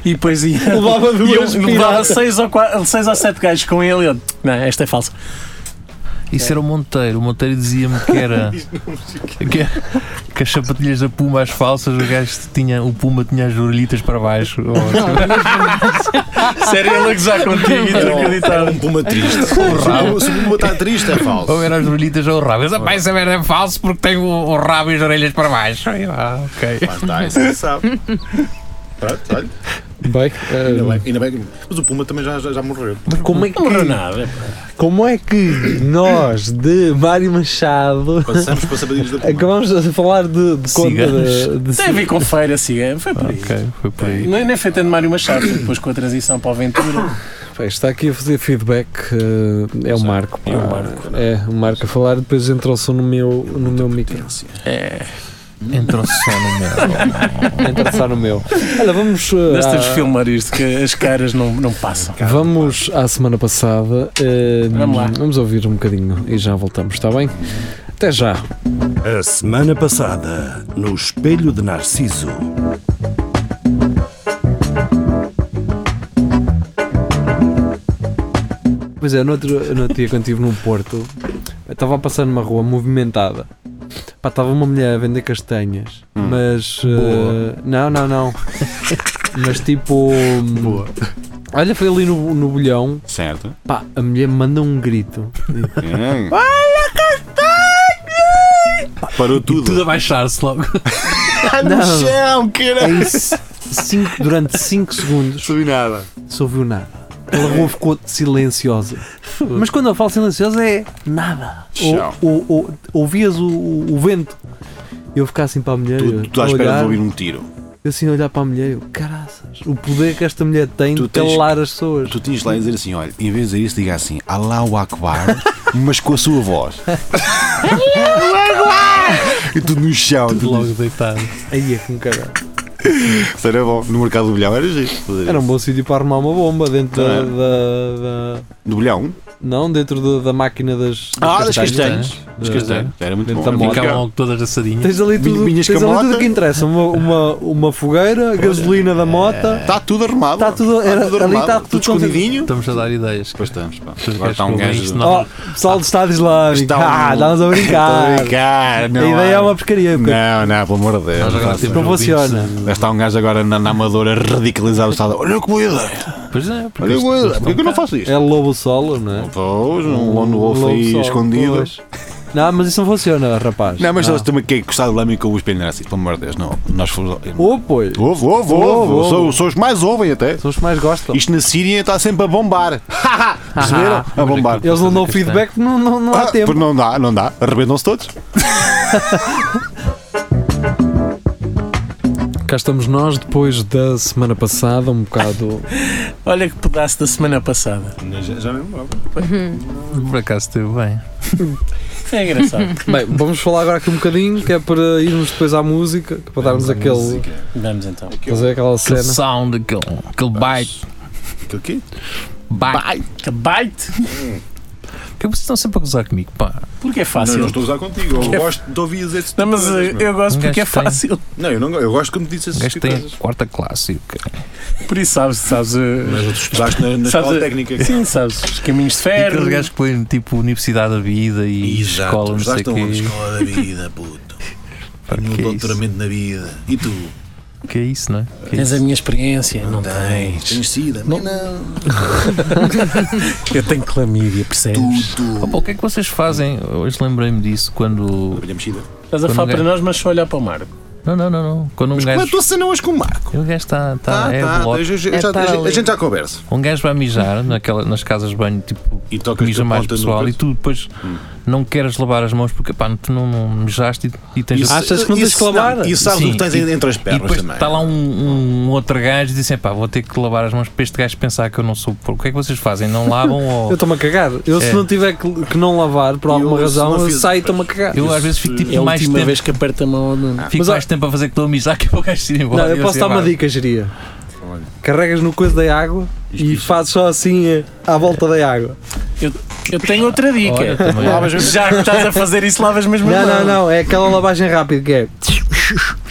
S5: e depois ia.
S2: Levava
S5: e eu
S2: duas
S5: levava seis ou, quatro, seis ou sete gajos com ele e eu. Não, esta é falsa.
S4: Isso era o Monteiro. O Monteiro dizia-me que era. que, que as sapatilhas da Puma, as falsas, o gajo tinha. O Puma tinha as orelhitas para baixo. Ou, assim.
S5: Sério, ele a gozar contigo e tu acreditar.
S3: Um puma triste. Se o- Se o puma está triste, é falso.
S4: ou eram as orelhitas ou o rabo. Eu rapaz, essa merda é falso porque tem o, o rabo e as orelhas para baixo. Aí, ah, ok.
S3: Lá está, isso é sabe. Pronto, olha.
S2: Bem,
S3: Ainda
S2: eh,
S3: bem, ainda bem. que- Mas o puma também já, já, já morreu.
S2: como, é que,
S5: Não morreu nada.
S2: como é que nós, de Mário Machado,
S3: Passamos para sapadinhos da puma.
S2: acabamos a falar de, de conta de, de
S5: Tem a ver com feira, cigana. Foi por aí. é-
S4: Ok, foi por aí.
S5: Nem, nem foi tanto Mário Machado, foi depois com a transição para a aventura.
S2: Bem, Está aqui a fazer feedback, eh, é o Marco. pá.
S5: É o Marco.
S2: É, o Marco a falar, depois entra o som no meu, no meu micro.
S5: É.
S4: Entrou só no meu.
S2: Entra só no meu. Olha, vamos. eh,
S5: Nós temos
S2: à-
S4: Ah.
S5: de filmar isto, que as caras não, não passam.
S2: Vamos à semana passada. eh,
S5: Vamos lá.
S2: Vamos ouvir um bocadinho e já voltamos, está bem? Até já.
S1: A semana passada, no Espelho de Narciso.
S2: Pois é, no outro, no outro dia quando estive no Porto, eu estava a passar numa rua movimentada. Pá, estava uma mulher a vender castanhas,
S5: Hum.
S2: mas. eh, não, não, não. mas tipo. Boa. Olha, foi ali no, no bolhão,
S3: Certo.
S2: pá, a mulher manda um grito.
S3: Parou
S4: Tudo a baixar-se logo.
S2: não,
S3: chão, cara.
S2: é isso. cinco- durante 5 segundos
S3: Não vi nada.
S2: se ouviu nada. Ela rua ficou silenciosa. Mas quando eu falo silenciosa é nada.
S3: Tchau.
S2: Ou, ou- ou- ouvias o, o- o vento. Eu ficar assim para a mulher.
S3: Tu,
S2: eu,
S3: tu estás à espera de
S2: olhar,
S3: ouvir um tiro.
S2: eu assim a olhar para a mulher, eu, caraças, o poder que esta mulher tem
S3: Tu
S2: de
S3: tens-
S2: calar as pessoas.
S3: Tu tinhas lá e dizer assim: olha, em vez de dizer isso, diga assim, Allahu Akbar, mas com a sua voz. E tudo no chão. Tudo
S4: Logo deitado.
S2: Aí é que me caralho.
S3: Isso era bom. No mercado do bilhão era giro. fazer
S2: Era um bom sítio para arrumar uma bomba dentro da,
S3: Não é?
S2: da- da-
S3: isso. Do bilhão?
S2: Não, dentro da, da máquina das. é?
S3: Ah, das
S4: castanhas.
S3: castanhas.
S2: Das
S3: Das castanhas. Era muito
S2: Dentro
S3: bom.
S2: da moca.
S3: Era muito caro.
S4: Ficavam é logo todas assadinhas.
S2: Tens ali
S3: Minha-
S2: tudo,
S3: minhas
S2: tens ali
S3: camota.
S2: tudo o que interessa. Uma, uma, uma fogueira, a gasolina da mota.
S3: Está É. Tá tudo arrumado.
S2: Está É. Tá tudo- era- ali
S3: arrumado.
S2: está
S3: tudo
S2: tudo
S3: escondidinho.
S4: Estamos a dar ideias.
S3: Pois estamos, pá.
S4: Vocês
S3: Agora está um
S4: querem
S3: gajo.
S4: isto? Não.
S2: Oh, pessoal do Estado Islâmico.
S3: Está
S2: Ah,
S3: um-
S2: estamos a
S3: Estou
S2: brincar.
S3: a brincar,
S2: a
S3: não
S2: ideia
S3: há-
S2: é uma porcaria. porque
S3: Não, não, pelo amor de Deus.
S4: Nós agora
S3: Lá
S4: temos
S2: Não
S4: ouvintes
S2: funciona.
S4: de-
S3: está um gajo agora na, na Amadora radicalizado. Está, olha que boa ideia.
S4: Pois é, porque
S3: Olha que
S4: eles-
S3: boa
S4: eles
S3: ideia. Por que eu não
S4: estão cá.
S3: faço isto?
S2: É lobo solo, não é?
S3: Pois, um lone wolf aí
S2: solo,
S3: escondido.
S2: pois. Ah. Não, mas isso não funciona, rapaz.
S3: Não, mas eles também que gostar do lame com o espelho assim, pelo amor de Deus, não. Nós fomos.
S2: Ou, pois.
S3: Ouve,
S2: Ouve,
S3: ouve, ouve.
S2: ouve.
S3: São, são os que mais ouvem até.
S2: São os que mais gostam.
S3: Isto na Síria está sempre a bombar. Perceberam? A bombar.
S2: Eles não dão
S4: Castanha.
S2: feedback porque não, não, não Ah, há
S3: Ah,
S2: tempo.
S3: pois não dá, não dá. Arrebentam-se todos.
S2: Cá estamos nós depois da semana passada, um bocado.
S5: Olha que pedaço da semana passada.
S3: Já, não
S4: Por acaso esteve bem.
S5: É engraçado.
S2: Bem, vamos falar agora aqui um bocadinho, que é para irmos depois à música, que é para darmos aquele.
S5: Vamos então.
S2: fazer aquela
S4: Aquele
S2: cena.
S4: sound, aquele, aquele bite.
S3: Aquilo quê?
S4: bite.
S5: Que Bite!
S4: Porque vocês estão sempre a gozar comigo, pá.
S5: Porque é fácil. Não,
S3: estou a usar contigo.
S5: Que é-
S3: gosto de ouvir dizer
S5: mas eh, eu gosto
S4: Um
S5: porque é
S4: gajo tem.
S5: fácil.
S3: Não, eu, não, eu gosto quando dizes
S4: O Um gajo tem a quarta classe. e o quê?
S5: Por isso sabes, sabes. eh,
S3: tu estudaste na,
S5: sabes, eh, Sim, sabes. Os caminhos de
S4: E
S5: ferro.
S4: aqueles gajos que põem tipo Universidade da Vida e escola, não sei o
S3: estudaste
S4: quê.
S3: onde? Escola da vida, puto.
S4: Pá,
S3: Tenho um
S4: que é isso?
S3: doutoramento na vida. E tu?
S4: Que é isso, não é? Que é
S5: Tens
S4: isso?
S5: a minha experiência. Não
S3: Tens.
S5: tens.
S3: Tens sida? Mas Não.
S5: Eu tenho clamídia, percebes?
S3: Tu, tu.
S4: Oh, pá, o que é que vocês fazem? Hoje lembrei-me disso quando.
S3: Olha mexida.
S5: Estás a
S4: Quando
S5: falar
S4: um
S5: para nós, mas só olhar para o mar.
S4: Não, não, não, não. Quando um
S3: Mas como é a
S4: gajo.
S3: tua cena hoje com o Marco?
S4: O gajo está. está
S3: Tá,
S4: é
S3: tá,
S4: bloco.
S3: eu já- eu
S6: É
S3: já-
S6: para
S3: a gente- a
S6: ali.
S3: gente já conversa.
S4: Um gajo vai mijar naquela, nas casas de banho, tipo,
S3: E tocas
S4: mija
S3: com a
S4: mais
S3: ponta no
S4: pessoal e
S3: coisa?
S4: tu depois não queres lavar as mãos porque pá, tu não, não mijaste e, e tens
S3: Isso-
S4: a-
S2: Achas que não tens
S3: isso-
S2: que lavar?
S3: não, E sabes o
S4: Sim,
S3: que tens
S4: e-
S3: entre as
S4: E
S3: pernas
S4: depois
S3: também.
S4: está lá um, um outro gajo e diz assim, pá, vou ter que lavar as mãos para este gajo pensar que eu não sou porco. O que é que vocês fazem? Não lavam
S2: Eu
S4: ou...
S2: estou-me a cagar. Eu, se
S4: É.
S2: não tiver que, que não lavar por alguma
S3: se
S2: razão,
S3: não
S2: eu
S3: fiz-
S2: saio e estou-me a cagar.
S4: Eu às vezes fico
S5: É a
S4: tipo mais
S5: última
S4: tempo,
S5: vez que aperta a mão ao Nuno.
S4: fico
S2: Mas,
S4: mais tempo a fazer que estou a mijar que para o gajo se ir embora.
S2: Não,
S4: E
S2: eu posso
S4: assim,
S2: dar uma
S4: pá,
S2: dica, geria.
S3: Olha.
S2: Carregas no coisa da água e fazes só assim eh, à volta da água.
S5: Eu tenho outra dica.
S4: Olha, também.
S5: Já que estás a fazer isso, lavas mesmo as
S2: Não, não,
S5: mãos.
S2: não, é aquela lavagem rápida que é.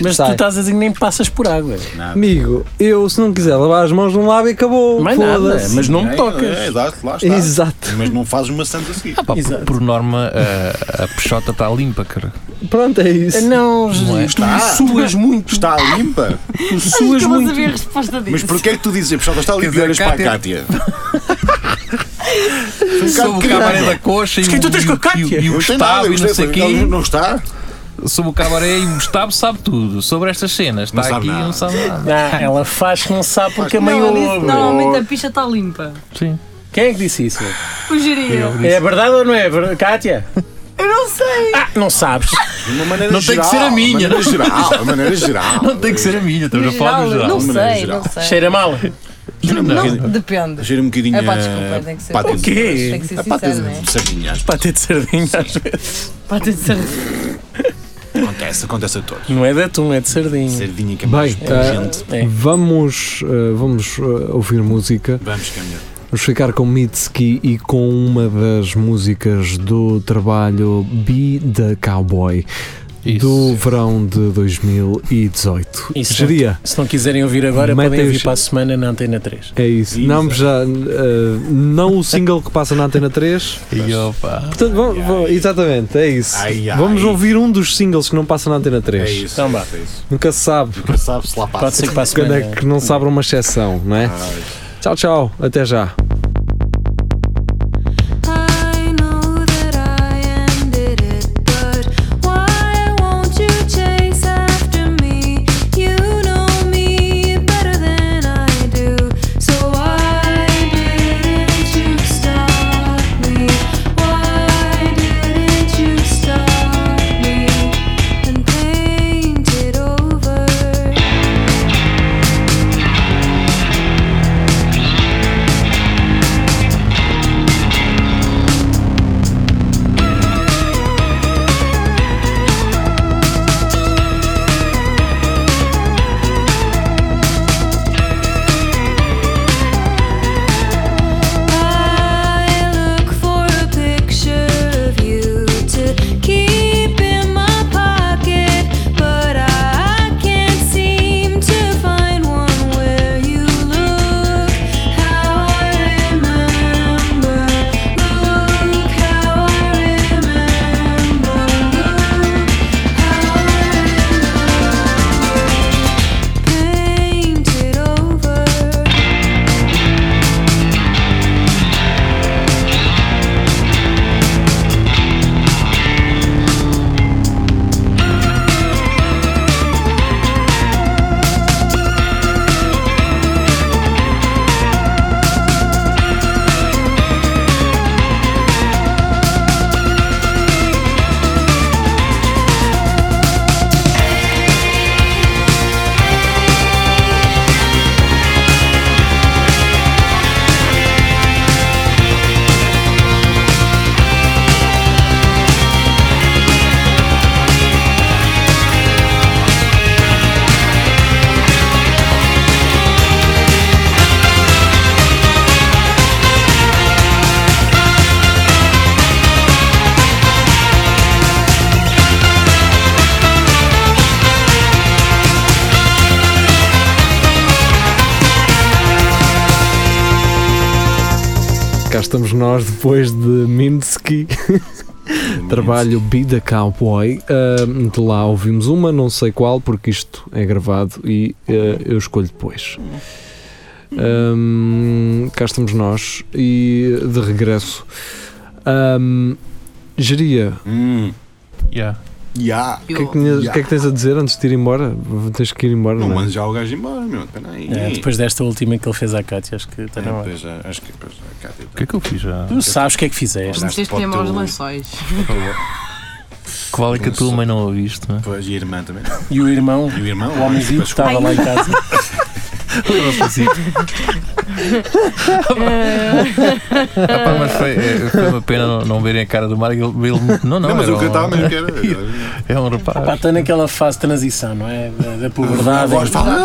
S5: Mas tu
S2: Sai.
S5: estás a dizer que nem passas por água.
S2: Amigo, eu se não quiser lavar as mãos, não lavo e acabou.
S5: Mais é nada,
S2: Foda-se.
S5: mas não me tocas.
S3: É, é, lá, lá está.
S2: Exato.
S3: Mas não fazes uma santa a seguir.
S4: Pá, por-
S5: Exato.
S4: por norma a, a peixota está limpa, cara.
S2: Pronto, é isso.
S5: Não, Jesus, tu
S3: Está.
S5: suas muito,
S3: Está limpa?
S5: tu
S6: Acho
S5: suas
S6: que eu vou saber a
S5: muito.
S6: resposta disso.
S3: Mas porquê é que tu dizes? Pessoal, está
S4: Quer
S3: limpa e
S4: dizer,
S3: olhas para a Cátia. Foi um
S4: Sob
S3: bocado
S4: o cabaré
S3: caralho.
S4: da coxa e
S5: Mas quem tu tens com
S4: o-
S5: a
S4: e o-
S5: Cátia?
S4: e o
S3: Não tem
S4: Gustavo e
S3: nada, eu
S4: não
S3: gostei,
S4: sei o
S3: foi- ele
S4: quê.
S3: Não está?
S4: Sobre o cabaré e o Gustavo sabe tudo. Sobre estas cenas,
S3: Não
S4: está
S3: sabe
S4: aqui e
S3: nada.
S4: não sabe nada.
S5: Não, ela faz um que é não sabe porque
S3: um
S5: a mãe
S6: Não, ele disse,
S5: ouve.
S6: normalmente a picha está limpa.
S4: Sim.
S5: Quem é que disse isso?
S6: Fugiria.
S5: É verdade ou não é, ver- Cátia?
S6: Eu não sei.
S5: Ah, não sabes.
S3: De uma maneira
S4: Não tem que
S3: geral,
S4: ser a minha,
S3: De maneira
S4: não? é?
S3: geral, de maneira geral.
S4: Não tem que ser a minha, estamos a falar no
S6: Geral,
S4: geral.
S6: não
S3: Uma maneira
S6: sei,
S3: geral.
S6: não sei.
S5: Cheira mal.
S3: Cheira um bocadinho-
S6: Não, depende.
S3: Cheira um bocadinho
S6: É pá,
S3: a-
S6: desculpa, tem que ser.
S3: pata de-
S5: O quê?
S6: Tem que ser
S3: a pata
S6: sincero, não é?
S3: de sardinha. acho
S5: Para ter de sardinha às vezes.
S6: Pá, tem de ser.
S3: que Acontece, acontece a todos.
S5: Não é de atum, é de sardinha.
S3: Sardinha que é
S2: Bem,
S3: mais
S2: eh,
S3: gente.
S5: É.
S2: vamos, eh, vamos eh, ouvir música.
S3: Vamos é caminhar.
S2: Vamos ficar com Mitski e com uma das músicas do trabalho Be the Cowboy do verão de 2018.
S5: Isso.
S2: Seria?
S5: Se não quiserem ouvir agora,
S2: Metem
S5: podem
S2: os-
S5: ouvir para a semana na Antena 3.
S2: É isso. Não, já, eh, não o single que passa na Antena 3.
S4: E opa.
S2: Portanto, vamos-
S3: Ai,
S2: vamos-
S3: ai.
S2: exatamente, é isso.
S3: Ai, ai.
S2: Vamos ouvir um dos singles que não passa na Antena 3.
S3: É isso.
S5: Então vá.
S3: é isso.
S2: Nunca se sabe
S3: Nunca sabes se lá passa.
S5: Pode ser que para a
S2: quando
S5: semana.
S2: é que não se abre uma exceção, não é?
S3: Ai.
S2: Tchau, tchau. Até já.
S8: I know that I ended it, but why won't you chase after me? You know me better.
S2: cá estamos nós depois de Minsky. Trabalho Be the Cowboy. Ahm, de lá ouvimos uma, não sei qual, porque isto é gravado e eh, eu escolho depois. Ahm, cá estamos nós e de regresso. Ah, Ahm, Geria,
S3: Hum.
S4: Yeah.
S3: Ya.
S2: o que, é que tinhas- o que é que tens a dizer antes de ir embora? Tens que ir embora,
S3: Não
S2: não é?
S3: mandes já o gajo embora, meu. tá Peraí.
S5: É, depois desta última que ele fez à Cátia, acho que está
S3: É,
S5: na hora.
S3: depois, ah, acho que depois. ah, cá tem-
S4: O que é que eu fiz já?
S5: Tu sabes o que é que fizeste.
S3: Olhaste
S6: Tens
S3: para o
S6: queimar os
S3: teu-
S6: lençóis.
S4: Qual é que a tua mãe não ouviste? Não é?
S3: Pois, e a irmã também.
S5: E o irmão,
S3: E o irmão?
S5: o homenzinho que estava lá em casa.
S3: um
S4: Ah, pá, mas foi, é, foi uma pena não, não verem a cara do Marco. Ele, ele- não, não,
S3: Não, mas
S4: era
S3: eu cantava
S4: um,
S3: mesmo que era.
S4: É um
S5: Pá,
S4: rapaz.
S5: está naquela fase de transição, não é? Da, da
S3: A
S5: puberdade.
S3: voz fala.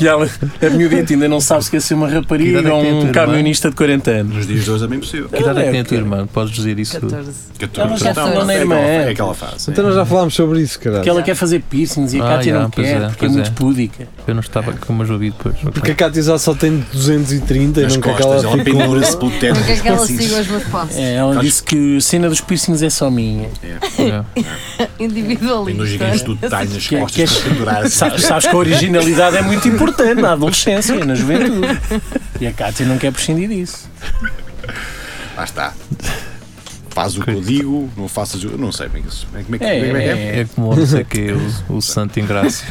S5: E ela, a miudita ainda não sabe se quer ser uma
S4: Que idade
S5: rapariga
S4: é que
S5: ou
S4: tem a tua
S5: um
S4: irmã?
S5: camionista de 40 anos.
S3: Nos dias de hoje é bem possível.
S4: Que idade é que tem a tua
S5: É,
S4: irmã? Podes dizer isso?
S6: 14.
S3: 14
S5: já
S3: então,
S6: falou na
S3: é
S5: irmã.
S3: aquela- É aquela fase.
S2: Então nós já falámos sobre isso,
S5: Porque
S2: caralho.
S5: ela quer fazer piercings e a
S4: Ah,
S5: Cátia
S4: já,
S5: não
S4: pois
S5: quer,
S4: é,
S5: porque é
S4: pois
S5: muito
S4: é.
S5: púdica.
S4: Eu não estava com umas ouvido depois.
S2: Porque a Cátia já só tem 230 e
S3: Nas
S2: não quer que ela
S3: costas, ela
S2: fique com-
S3: pendura-se pelo teto.
S6: Porque é que ela
S3: assim,
S6: siga os meus passos?
S5: É, ela
S3: Acho-
S5: disse que a cena dos piercings é só minha.
S3: Tem dois
S6: Individualista.
S3: gigantes do detalhe nas
S5: Que é- que
S3: costas
S5: é-
S3: para pendurar.
S5: Sa- Sabes que a originalidade é muito importante na adolescência, e na juventude. E a Cátia não quer prescindir disso.
S3: Lá está. Faz o que eu digo, não faças o. eu Não sei bem que isso. Como é que
S5: É,
S3: como é? que é?
S5: é,
S4: É como não sei o quê, o, o Santo Ingrácio.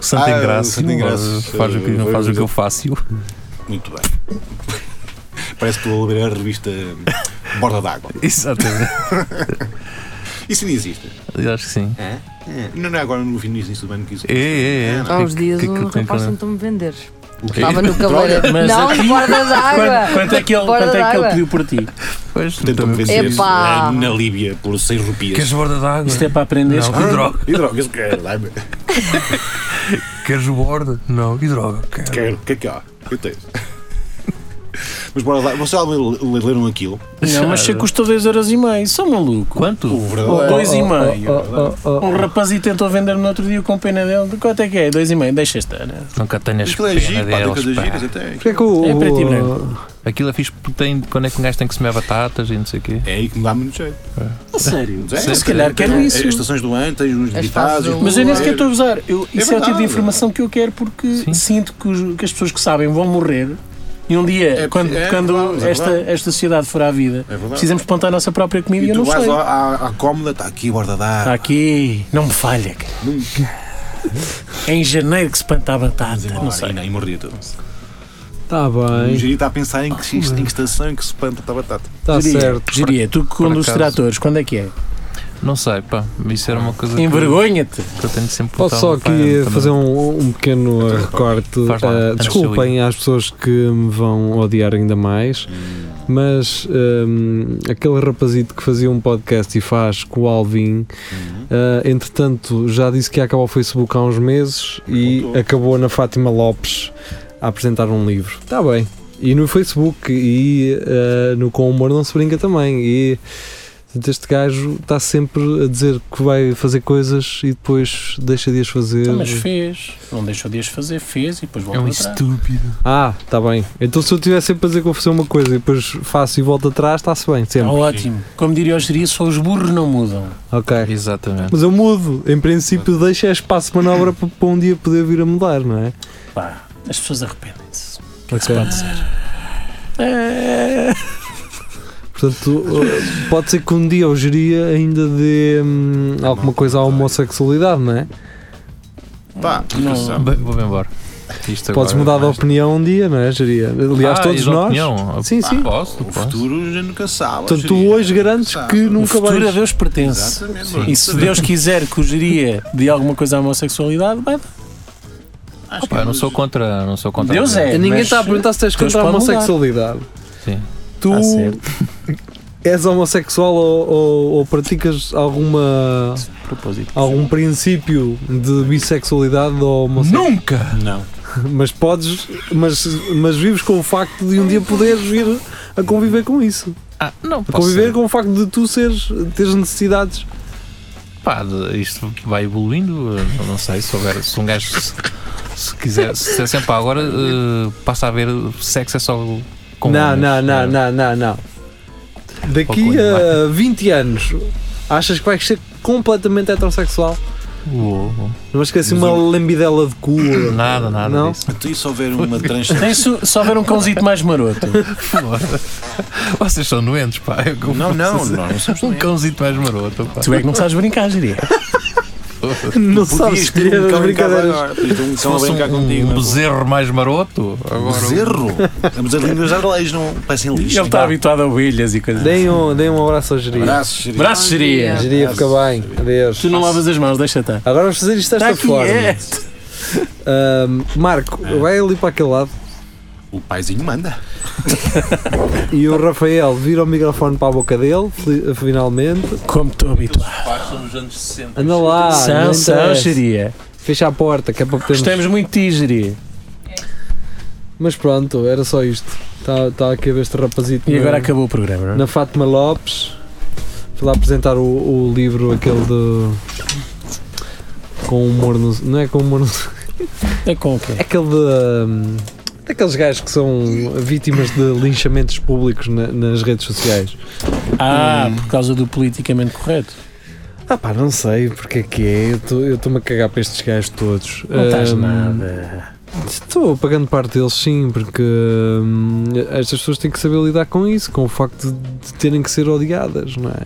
S4: O Santo
S3: Ah, o
S4: Ingrácio,
S3: Santo Ingrácio.
S4: faz o que não faz o que eu faço.
S3: Muito bem. Parece que estou a ler a revista Borda d'Água.
S4: Exatamente.
S3: Isso ainda existe.
S4: Eu acho que sim.
S3: Não, não é agora no início do ano que isso.
S4: É, é, é.
S6: Há uns
S4: Que-
S6: dias
S4: que- que-
S6: um
S4: que-
S6: rapaz
S4: que-
S6: tentou-me vender.
S3: O quê?
S6: Estava no
S3: Droga.
S6: caleiro.
S5: Mas
S6: Não,
S5: aqui-
S6: borda d'água.
S5: Quanto, quanto é que ele,
S6: Borda
S5: quanto é que ele
S6: d'água.
S5: pediu por ti?
S4: Pois,
S3: Tentam-me
S4: também-
S3: vencer isso,
S6: Epá.
S3: eh, na Líbia por 6
S4: Queres
S3: rupias.
S4: borda d'água?
S5: Isto é para aprender.
S4: Não, que droga.
S3: E droga, isso que é? lá,
S4: Queres borda? Não, que droga. Quero.
S3: Quero, o que é que há? Eu tenho. Mas bora lá, vocês já le- leram aquilo?
S5: Não, mas se custou 2,5€, sou maluco.
S4: Quanto?
S3: verdadeiro. é
S5: Dois e meio.
S2: Oh, oh, oh,
S5: Um rapazito tentou vender no outro dia com pena dele. De quanto é que é? Dois e meio, deixa estar. né?
S4: Nunca tenhas
S3: Aquilo
S4: pena
S3: é giro, pá, tem coisas
S4: deles, pá.
S3: giras até.
S2: Porquê que o,
S5: É preto e branco.
S2: o-
S4: Aquilo é fixe porque tem, quando é que um gajo tem que semear batatas e não sei o quê.
S3: É aí que me dá muito jeito.
S5: A sério.
S3: Mas é,
S5: Se calhar quero
S3: tem
S5: isso.
S3: As estações do ano, tens um uns
S6: As
S3: ditados.
S6: fases do
S5: Mas eu nem sequer
S3: É,
S5: estou a gozar. Eu, isso é, o tipo
S3: verdade.
S5: de informação que eu quero porque
S4: Sim.
S5: sinto que, os- que as pessoas que sabem vão morrer e um dia,
S3: É,
S5: quando,
S3: é,
S5: quando
S3: é verdade.
S5: esta, esta sociedade for à vida,
S3: É verdade.
S5: precisamos plantar a nossa própria comida e
S3: E
S5: eu não
S3: tu vais
S5: sei.
S3: lá à, à cómoda, está aqui a borda
S5: Está
S3: d'água.
S5: aqui, não me falha. cara. É em janeiro que se planta a batata. Não sei.
S3: E morria tudo.
S2: Tá
S3: O
S2: bem,
S3: Jerry está a pensar em que, em que estação é que se planta a batata.
S2: tá
S5: Diria,
S2: certo.
S5: diria, tu que conduzes
S4: acaso.
S5: tratores, quando é que é?
S4: Não sei, pá. Isso era uma coisa que-
S5: Envergonha-te.
S4: que eu tenho sempre
S2: Posso só aqui fazer um, um pequeno recorte.
S4: Então, Faz lá,
S2: Ah,
S4: Ana
S2: desculpem às pessoas que me vão odiar ainda mais, mas hum, aquele rapazito que fazia um podcast e faz com o Alvin, ah, entretanto já disse que ia acabar o Facebook há uns meses e
S3: Voltou.
S2: acabou na Fátima Lopes a apresentar um livro. Está bem. E no Facebook e ah, no Com Humor Não Se Brinca também. E portanto, este gajo está sempre a dizer que vai fazer coisas e depois deixa de as fazer.
S5: Então, mas fez. Não deixou de as fazer, fez e depois
S4: É
S5: voltou
S4: um
S5: atrás.
S4: estúpido.
S2: Ah, está bem. Então se eu tiver sempre a dizer que vou fazer uma coisa e depois faço e volto atrás, está-se bem, sempre.
S5: Tá Ótimo. Como diria o geria, só os burros não mudam.
S2: Ok.
S4: Exatamente.
S2: Mas eu mudo. Em princípio, deixa espaço de manobra para, para um dia poder vir a mudar, não é?
S5: Pá, as pessoas arrependem-se. O que é que se
S2: Ok.
S5: pode dizer? É,
S2: Portanto, eh, pode ser que um dia eu geria ainda dê hum, alguma coisa à homossexualidade, não é?
S3: Pá,
S5: Não.
S3: não.
S4: Bem, Vou-me embora. Isto
S2: Podes
S4: agora
S2: mudar
S4: é
S2: de
S4: mais-
S2: opinião um dia, não é, geria? Aliás,
S4: Ah,
S2: todos
S4: e da
S2: nós.
S4: opinião?
S2: Sim, sim.
S4: Ah, Posso,
S3: O
S4: posso.
S3: futuro a gente nunca sabe.
S2: Portanto, tu
S3: Jerry,
S2: hoje
S3: nunca
S2: garantes
S3: sabe.
S2: que
S5: o
S2: nunca
S5: futuro é a
S2: vais.
S5: Deus pertence.
S3: Exatamente.
S4: Sim.
S3: não
S5: E se
S3: sabemos.
S5: Deus quiser que o geria de alguma coisa à homossexualidade, vai dar.
S3: Acho
S4: Pá, eu não sou contra. Não sou contra
S5: Deus é.
S2: Ninguém
S5: mas
S2: está a perguntar se tens
S5: Deus
S2: contra a
S5: pode mudar.
S2: homossexualidade.
S4: Sim.
S2: Tu
S5: Tá certo.
S2: és homossexual ou, ou- ou praticas alguma
S5: Propósito.
S2: algum princípio de bissexualidade ou homossexualidade?
S4: Nunca!
S3: Não.
S2: Mas podes, mas, mas vives com o facto de um dia poderes vir a conviver com isso.
S4: Ah, não,
S2: A
S4: posso.
S2: conviver com o facto de tu seres, teres necessidades.
S4: Pá, de- isto vai evoluindo. eu Não sei se houver. Se um gajo. se- Se quiser, se disser sempre, pá, agora eh, passa a ver sexo é só com
S2: não,
S4: homens",
S2: não, não,
S4: eh,
S2: não, não, não. Daqui
S4: Ou
S2: a 20 anos, achas que vais ser completamente heterossexual?
S4: uou, uou.
S2: Não vais esquecer uma lambidela de cu?
S4: Nada, nada
S2: Não?
S4: disso.
S3: Então, e se houver uma trans.
S5: Tem su- só ver um cãozito mais maroto.
S4: Vocês são doentes, pá. Eu como-
S3: Não, não, nós não somos
S4: Um cãozito mais maroto, pá.
S5: Tu é que não sabes brincar, diria.
S2: Não sabes
S3: Podias ter
S2: escolher
S3: um
S2: as
S3: cão em casa
S2: brincadeiras.
S3: agora. Podias ter um
S4: Se
S3: cão a
S4: fosse
S3: brincar
S4: um,
S3: contigo.
S4: um bezerro mais maroto, agora o-
S3: Bezerro? Mas as línguas ardeias não parecem lixo.
S5: Ele está habituado a ovelhas e coisas.
S2: Deem um, deem um abraço ao geria.
S3: Braços, xerife.
S5: Braços seria.
S6: Bom
S2: Geria, fica bem. Adeus.
S5: Tu não Tá lavas as mãos, deixa estar.
S2: Agora vamos fazer isto desta
S5: Está é.
S2: forma.
S5: quieto.
S2: Ahm, Marco, vai ali para aquele lado
S3: O paizinho manda.
S2: e o Rafael vira o microfone para a boca dele, fi- finalmente.
S5: Como estou habituado.
S4: Passam nos anos 60.
S2: Anda lá. Ah, não
S5: são, são,
S2: interessa.
S5: seria.
S2: Fecha a porta, que é para podermos...
S5: Gostamos muito de ti, geria.
S2: Mas pronto, era só isto. Está tá aqui a ver este rapazito
S5: E
S2: na,
S5: agora acabou o programa, não é?
S2: na Fátima Lopes. Foi lá apresentar o, o livro, aquele de. Com humor no. Não é com humor no.
S5: é? É com o quê?
S2: É aquele de. hum, Daqueles gajos que são vítimas de linchamentos públicos na- nas redes sociais.
S5: Ah, por causa do politicamente correto.
S2: Ah pá, não sei porque é que é. Eu estou-me a cagar para estes gajos todos.
S5: Não estás
S2: Hum,
S5: nada.
S2: Estou pagando parte deles, sim, porque hum, estas pessoas têm que saber lidar com isso, com o facto de, de terem que ser odiadas, não é?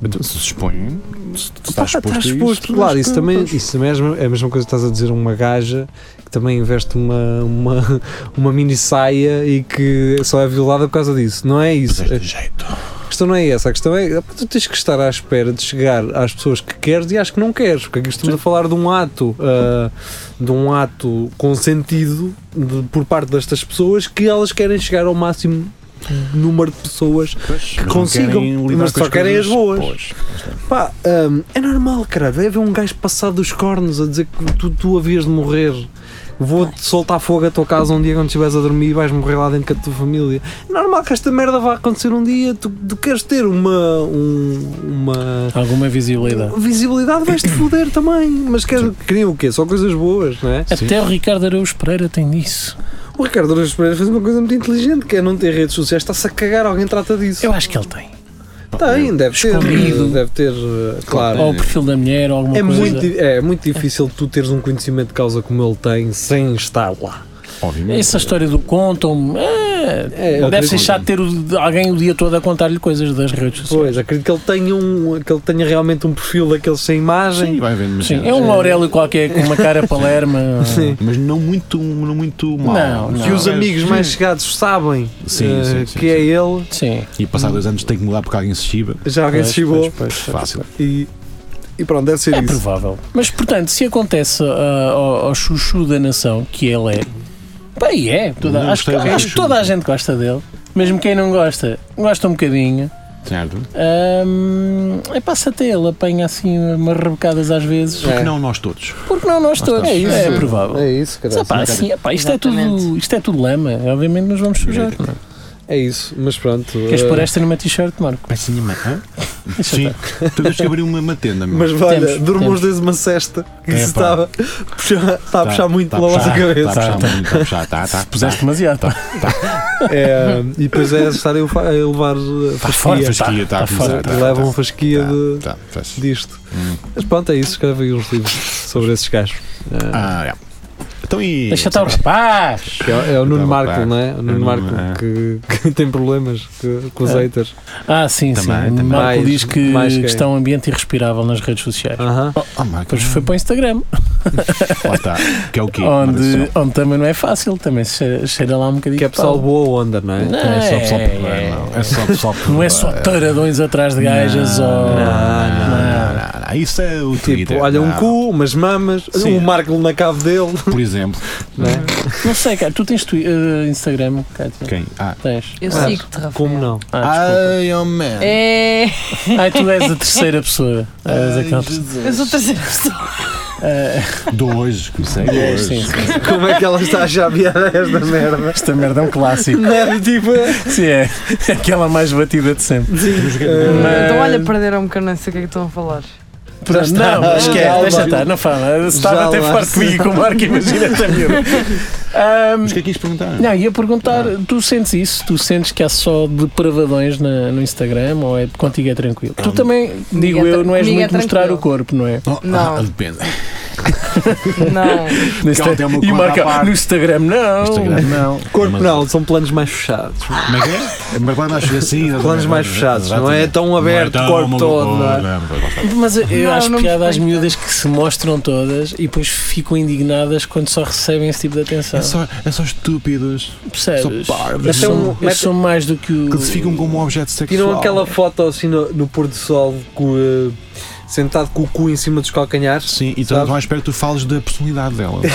S3: Então, se expõe, se tu estás
S2: Pá,
S3: exposto a isto,
S2: claro,
S3: mas
S2: isso
S3: tu-
S2: também isso também é a mesma- é a mesma coisa que estás a dizer a uma gaja que também investe uma, uma, uma mini saia e que só é violada por causa disso, não é isso?
S3: Fizeste de jeito.
S2: A questão não é essa, a questão é pá, tu tens que estar à espera de chegar às pessoas que queres e às que não queres, porque aqui estamos a falar de um ato ah, de um ato consentido de- por parte destas pessoas que elas querem chegar ao máximo número de pessoas
S3: Que
S2: consigam, mas só querem as boas.
S3: Pois.
S2: Pá, hum, é normal, caralho. Deve haver um gajo passado dos cornos a dizer que tu, tu havias de morrer. Vou-te soltar fogo à tua casa um dia quando estiveres a dormir e vais morrer lá dentro com a tua família. É normal que esta merda vá acontecer um dia. Tu, tu queres ter uma. um- uma.
S5: Alguma visibilidade.
S2: visibilidade, vais-te foder também. Mas quer, queriam o quê? Só coisas boas, não é?
S5: Até o Ricardo Araújo Pereira tem disso.
S2: O Ricardo Araújo Pereira fez uma coisa muito inteligente que é não ter redes sociais. Está-se a cagar, alguém trata disso.
S5: Eu acho que ele tem.
S2: Tem, deve ter.
S5: Escondido.
S2: Deve ter, eh,
S3: Ah,
S2: claro.
S3: é.
S5: Ou o perfil da mulher, ou alguma
S2: É
S5: coisa.
S2: muito, di- é muito difícil tu teres um conhecimento de causa como ele tem sem estar lá.
S3: Obviamente.
S5: Essa história do contam é,
S2: É,
S5: deve
S2: acredito-
S5: ser chato ter o- alguém o dia todo a contar-lhe coisas das redes sociais.
S2: Pois, acredito que ele tenha, um, que ele tenha realmente um perfil daqueles sem imagem.
S3: Sim, vai vendo, mas,
S5: Sim, é um Aurélio qualquer com uma cara palerma.
S2: Sim.
S3: mas não muito, não muito mal.
S5: Não, não.
S2: Que os
S5: Mas-
S2: amigos mais chegados sabem
S3: Ah, Sim,
S2: eh,
S3: sim, sim,
S2: que é ele.
S5: Sim.
S3: E passar dois anos tem que mudar porque alguém se chiba.
S2: Já alguém se chegou.
S3: Fácil.
S2: E, e pronto, deve ser
S5: É
S2: isso.
S5: provável. Mas, portanto, se acontece ah, ao, ao chuchu da nação, que ele é, bem, é. Toda,
S3: Não
S5: acho que,
S3: gostei do
S5: acho que
S3: chuchu.
S5: toda a gente gosta dele. Mesmo quem não gosta, gosta um bocadinho.
S3: Certo?
S5: Ahm, é passa até ele, apanha assim umas rebecadas às vezes.
S3: Porque não nós todos.
S5: Porque não nós todos. É, isso. é provável.
S2: É isso,
S5: Mas,
S2: caralho.
S5: epá, assim, epá, isto, é
S6: Exatamente.
S5: tudo, isto é tudo lama, obviamente nos vamos sujar.
S2: É isso, mas pronto.
S5: Queres
S2: eh,
S5: pôr esta numa t-shirt, Marco?
S3: Parece minha mãe. Hã?
S5: Deixa
S3: Sim. Tu tens que abrir uma, uma tenda, meu.
S2: Mas olha,
S5: Temos,
S2: dormou
S5: temos.
S2: os dois uma cesta que
S3: É,
S2: se
S3: pá.
S2: estava a puxar- está a
S3: Tá,
S2: puxar muito
S3: tá,
S2: pela
S3: tá,
S2: vossa
S3: tá,
S2: cabeça.
S3: Tá, a puxar muito, tá, a puxar, tá, tá.
S5: Puseste demasiado. Tá.
S2: É, e depois é necessário fa- é levar eh,
S3: Tá fora, fasquia, tá,
S5: tá
S3: a pisar,
S5: fora.
S3: tá,
S2: levam
S3: tá,
S2: um fasquia de,
S3: tá, tá, faz.
S2: disto.
S3: Hum.
S2: Mas pronto, é isso. Escreve aí uns livros sobre esses gajos. É,
S3: Ah, é. Então e.
S5: Deixa estar o rapaz.
S2: que é- é o Nuno
S3: Tá,
S2: Marco,
S3: tá.
S2: não é? O Nuno
S3: Nuno,
S2: Marco
S3: é.
S2: que, que tem problemas que- com os
S5: É.
S2: haters.
S5: Ah, sim, sim.
S3: Também,
S5: O
S3: também.
S5: Marco
S2: Mais-
S5: diz que,
S2: mais
S5: que
S2: quem?
S5: está um ambiente irrespirável nas redes sociais.
S2: Aham.
S3: Oh, oh, Marco,
S5: Depois foi para o Instagram,
S3: lá está. Que é o quê?
S5: onde, onde também não é fácil, também se cheira, cheira lá um bocadinho.
S2: Que é
S5: de
S2: pessoal
S5: pau.
S2: boa onda, não é?
S5: Não,
S3: É só pessoal
S5: é,
S3: porreiro,
S5: é.
S3: não. É só pessoal
S5: Não é só taradões atrás de gajas
S3: Não,
S5: ou.
S3: não, não,
S5: não.
S3: não, não. Isso é o
S2: Tipo,
S3: Twitter.
S2: olha um
S3: não.
S2: cu, umas mamas,
S3: Sim.
S2: o Marco na cave dele.
S3: Por exemplo.
S2: Não é?
S5: Não sei, cara, tu tens tu, eh, Instagram, Cátia?
S3: Quem? Ah.
S5: Tens.
S6: Eu
S2: Claro.
S6: sigo-te, Rafael.
S2: Como não?
S5: Ah,
S3: oh man.
S6: É.
S5: desculpa. Ai, tu és a terceira pessoa.
S3: Ah,
S5: És aquela pessoa.
S6: Eu sou terceira pessoa.
S5: Eh,
S3: Dois, comecei
S5: és,
S3: dois.
S5: sim, sim.
S2: Como é que ela está a achar piada a esta merda?
S5: Esta merda é um clássico.
S2: Não é tipo.
S5: Sim, é. É aquela mais batida de sempre.
S2: Sim, eh,
S6: Então, olha, perderam-me que eu não sei o que é que estão a falar.
S5: Pronto, não, mas esquece,
S2: Já
S5: deixa
S2: lá.
S5: estar, não fala. Estava
S2: Já
S5: até
S2: lá.
S5: farto comigo com o Marco, imagina esta miúda. Ahm,
S3: Mas o que é que ias perguntar?
S5: não, ia perguntar, tu sentes isso? Tu sentes que há só depravadões na, no Instagram ou é contigo é tranquilo? Tu também, digo
S6: é tra-
S5: eu, não és
S6: comigo é
S5: muito mostrar
S6: tranquilo.
S5: o corpo, não é?
S3: Oh,
S6: Não.
S3: ah, depende.
S6: Não.
S5: No
S3: ela tem uma
S5: é- e
S3: conta à
S5: marca,
S3: parte.
S5: no Instagram não.
S3: Instagram não.
S2: Corpo
S3: Mas-
S2: não, são planos mais fechados.
S3: Como é que é? Mas vai mais assim. exatamente.
S2: Planos mais fechados, não é
S3: Exatamente.
S2: tão
S3: Não é
S2: aberto,
S3: tão
S2: corpo
S3: maluco,
S2: todo. não é?
S3: não, mas lá está.
S5: Mas eu- eu
S6: Não,
S5: acho
S6: não me
S5: piada às
S6: explica.
S5: miúdas que se mostram todas e depois ficam indignadas quando só recebem esse tipo de atenção.
S3: É só, é só estúpidos
S5: Percebes?
S3: só parvos.
S5: Eu sou, um-
S2: São-
S5: eu sou mais do que o.
S3: que se ficam como objeto sexual.
S2: Tiram aquela foto assim no, no pôr do sol com, eh, sentado com o cu em cima dos calcanhares.
S3: Sim, e
S2: Sabe?
S3: estás mais perto, tu falas da personalidade dela.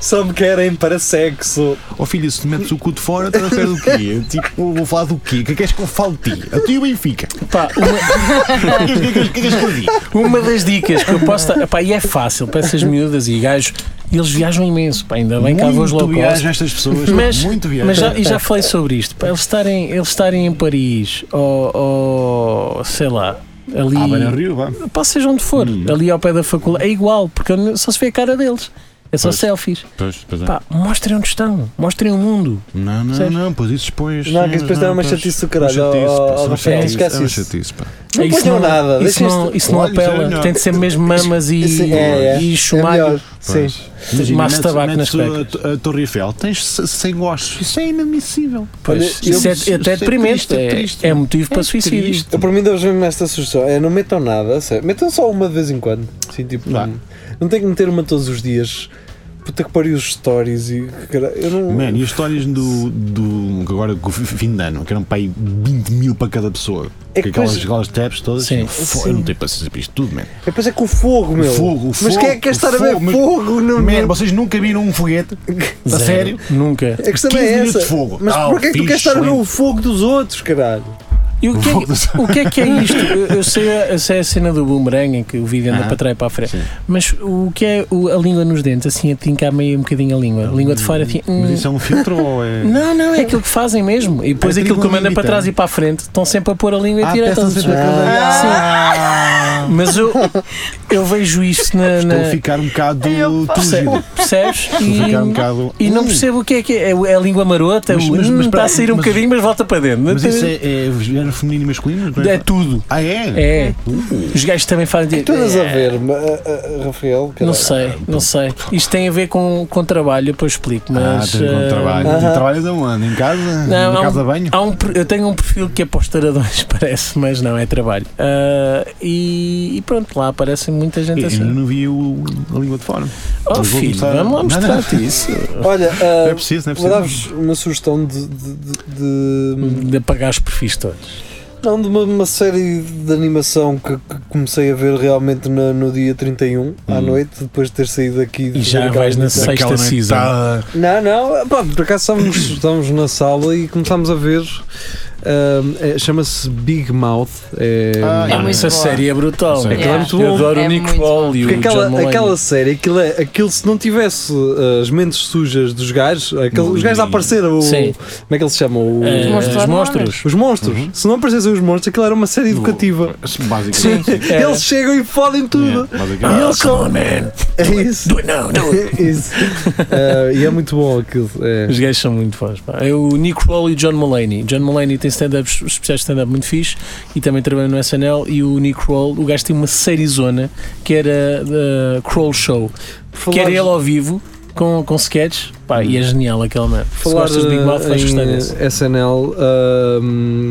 S2: Só me querem para sexo.
S3: Ó filho, se metes o cu de fora, estás a ver do quê? Tipo, vou falar do quê? O que é que queres que eu fale de ti? A ti e o Benfica.
S5: Pá, uma,
S3: O que é que queres que eu diga?
S5: uma das dicas que eu posso dar. Epá, e é fácil para essas miúdas e gajos. Eles viajam imenso, pá, ainda bem que há voos
S3: Muito
S5: low cost.
S3: viagem estas pessoas.
S5: Mas,
S3: muito viagem.
S5: mas já, e já falei sobre isto. Para eles estarem, eles estarem em Paris ou, ou, sei lá, ali.
S3: Ah, Beira Rio, vá.
S5: Pá, seja onde for,
S3: Hum.
S5: ali ao pé da faculdade, é igual, porque eu não- só se vê a cara deles. É só
S3: Pois.
S5: selfies.
S3: Pois, pois é.
S5: Pá, mostrem onde estão, mostrem o mundo.
S3: Não, não,
S5: Percebes?
S3: não, pois isso depois.
S2: Não, que isso depois
S3: não,
S2: também é uma
S3: pois,
S2: chatice do
S3: uma
S2: caralho,
S3: chatice,
S2: ó,
S3: pá,
S2: ó,
S3: é uma
S2: Rafael,
S3: chatice,
S2: esquece
S3: é uma
S2: isso.
S3: chatice, pá.
S2: Não
S5: isso
S2: ponham
S5: não- é-
S2: nada,
S5: Isso
S2: deixa
S5: não,
S2: isto-
S5: isso não
S3: Olha,
S5: apela.
S3: não.
S5: Tem de ser mesmo mamas e,
S2: Sim, é, é.
S5: e
S2: É
S5: chumalho.
S2: melhor. Sim.
S3: Imagina,
S5: Massa
S3: metes-
S5: tabaco
S3: metes
S5: nas
S3: a- a, a Torre Eiffel, tens se- sem gostos. Isso é inadmissível.
S5: Pois,
S2: Olha,
S5: isso
S2: eu-
S5: é, é
S3: isso
S5: até
S3: é
S5: deprimente.
S3: triste, é
S5: é,
S3: triste.
S5: é motivo para suicídio.
S3: triste.
S2: Eu, por mim, devo mesmo esta sugestão. É, não metam nada, sério. Metam só uma de vez em quando. Sim, tipo,
S3: Vá.
S2: não, não tem que meter uma todos os dias. Puta que pariu os stories e. cara- Eu não.
S3: Mano, e as histórias do, do. que Agora, com o fim de ano, que eram para aí 20 mil para cada pessoa.
S2: É
S3: que
S2: que
S3: aquelas,
S2: depois-
S3: aquelas tabs todas.
S5: Sim.
S3: Fo- Eu não tenho paciência para isto tudo, mano.
S2: E Depois é com o fogo, meu.
S3: fogo, o
S2: Mas
S3: fogo,
S2: quem é que quer
S3: o
S2: estar a ver
S3: fogo, mas-
S2: fogo? Não,
S3: Man,
S2: não.
S3: vocês nunca viram um foguete? A
S5: Zero.
S3: sério?
S5: Nunca.
S2: A questão
S3: 15
S2: é
S3: minutos
S2: essa.
S3: de fogo.
S2: Mas
S3: Ah,
S2: porquê é que tu
S3: fixe,
S2: queres estar a ver o
S3: excelente.
S2: fogo dos outros, caralho?
S5: E o que, é, que- o que é que é isto? Eu, eu sei, a, eu sei a cena do boomerang em que o vídeo anda
S3: Aham.
S5: para trás e para a frente.
S3: Sim.
S5: Mas o que é o- a língua nos dentes? Assim, a tincar meio um bocadinho a língua. A língua de fora, assim. hum.
S3: Mas isso é um filtro ou é.
S5: Não, não, é aquilo que fazem mesmo. E depois
S3: É
S5: aquilo que
S3: trigo
S5: anda para
S3: limitado.
S5: trás e para a frente, estão sempre a pôr a língua e
S3: Ah,
S5: tirar.
S3: peçam
S5: todos.
S3: sempre a cadeia.
S5: Sim. Mas eu, eu vejo isso na. na
S3: Estou a ficar um bocado
S5: perce-
S3: turgido.
S5: percebes?
S3: Estou a
S5: E,
S3: ficar um bocado.
S5: e não
S3: Hum.
S5: percebo o que é que é. É o- É a língua marota,
S3: Mas-
S5: o-
S3: mas- mas
S5: hum, está
S3: espera
S5: a sair um
S3: aí,
S5: bocadinho, mas volta para dentro.
S3: Mas isso é, é género feminino e masculino? Não
S5: É tudo.
S3: Ah, é?
S5: É. Os gajos também fazem. É.
S2: O que tu andas a ver, ma- a- a- a Rafael? Caralho?
S5: Não sei, não sei. Isto tem a ver com, com trabalho, eu depois explico.
S3: Ah,
S5: Mas,
S3: tem um
S5: eh,
S3: trabalho.
S2: aham.
S3: Uh, Trabalhas aonde? Em casa?
S5: Não,
S3: Uhum. na
S5: há
S3: casa
S5: um-
S3: de banho?
S5: há um per- eu tenho um perfil que é para os taradões, parece, mas não, é trabalho. Ah, e, e pronto, lá aparece muita gente
S3: Eu ainda
S5: assim.
S3: não vi o, a língua de fora.
S5: Oh
S3: mas vou
S5: filho,
S3: começar-
S5: vamos lá
S3: Não, não.
S5: mostrar-te isso.
S2: Olha, ah,
S3: Não é preciso, não é
S2: vou
S3: preciso.
S2: dar-vos uma sugestão de- de- de- de
S5: De apagar os perfis todos.
S2: Não, de uma, uma série de animação que, que comecei a ver realmente na- no dia 31, à noite, depois de ter saído aqui. de
S5: Uhum. E já
S2: fazer aquela
S5: vais na
S2: emissão.
S5: sexta
S3: Aquela tá-
S5: season.
S3: noitada.
S2: Não, não, pá, por acaso estávamos, estávamos na sala e começámos a ver. ahm, é, Chama-se Big Mouth. É,
S3: Ah,
S5: Ah,
S6: muito
S5: essa
S6: boa.
S5: série é brutal.
S3: Essa
S5: meu.
S3: é
S6: Yeah.
S2: muito
S5: Eu
S2: boa.
S5: adoro
S6: É
S5: o Nick
S6: muito
S5: Paul e o
S2: porque
S5: John
S2: aquela,
S5: Mulaney.
S2: aquela série, aquilo, é- aquilo se não tivesse ah, as mentes sujas dos gajos, aquele- os gajos a aparecer, o,
S5: Sim.
S2: como é que eles se chamam? O-
S5: Eh, Uhum.
S6: monstros
S5: os
S6: hormonais.
S5: monstros.
S2: Os monstros. Se não aparecessem os monstros, aquilo era uma série educativa.
S3: Basicamente.
S5: Era.
S2: Eles chegam e fodem tudo.
S3: É, basicamente.
S5: Come on, man.
S2: É isso. É
S5: Do it now, do it.
S2: Isso. Eh, e é muito bom aquilo. É.
S5: Os gajos são muito fãs. Pá. É o Nick Roll e o John Mulaney. John Mulaney tem stand-ups, especiais de stand-up muito fixe e também trabalha no SNL. E o Nick Roll, o gajo tem uma série zona que era da Kroll Show,
S2: Por falar
S5: que era
S2: de-
S5: ele ao vivo com, com sketches. Pá, e é genial aquela merda. Se
S2: Falar
S5: gostas de Big Mouth, vais gostar desse.
S2: Uhum. em SNL, ahm,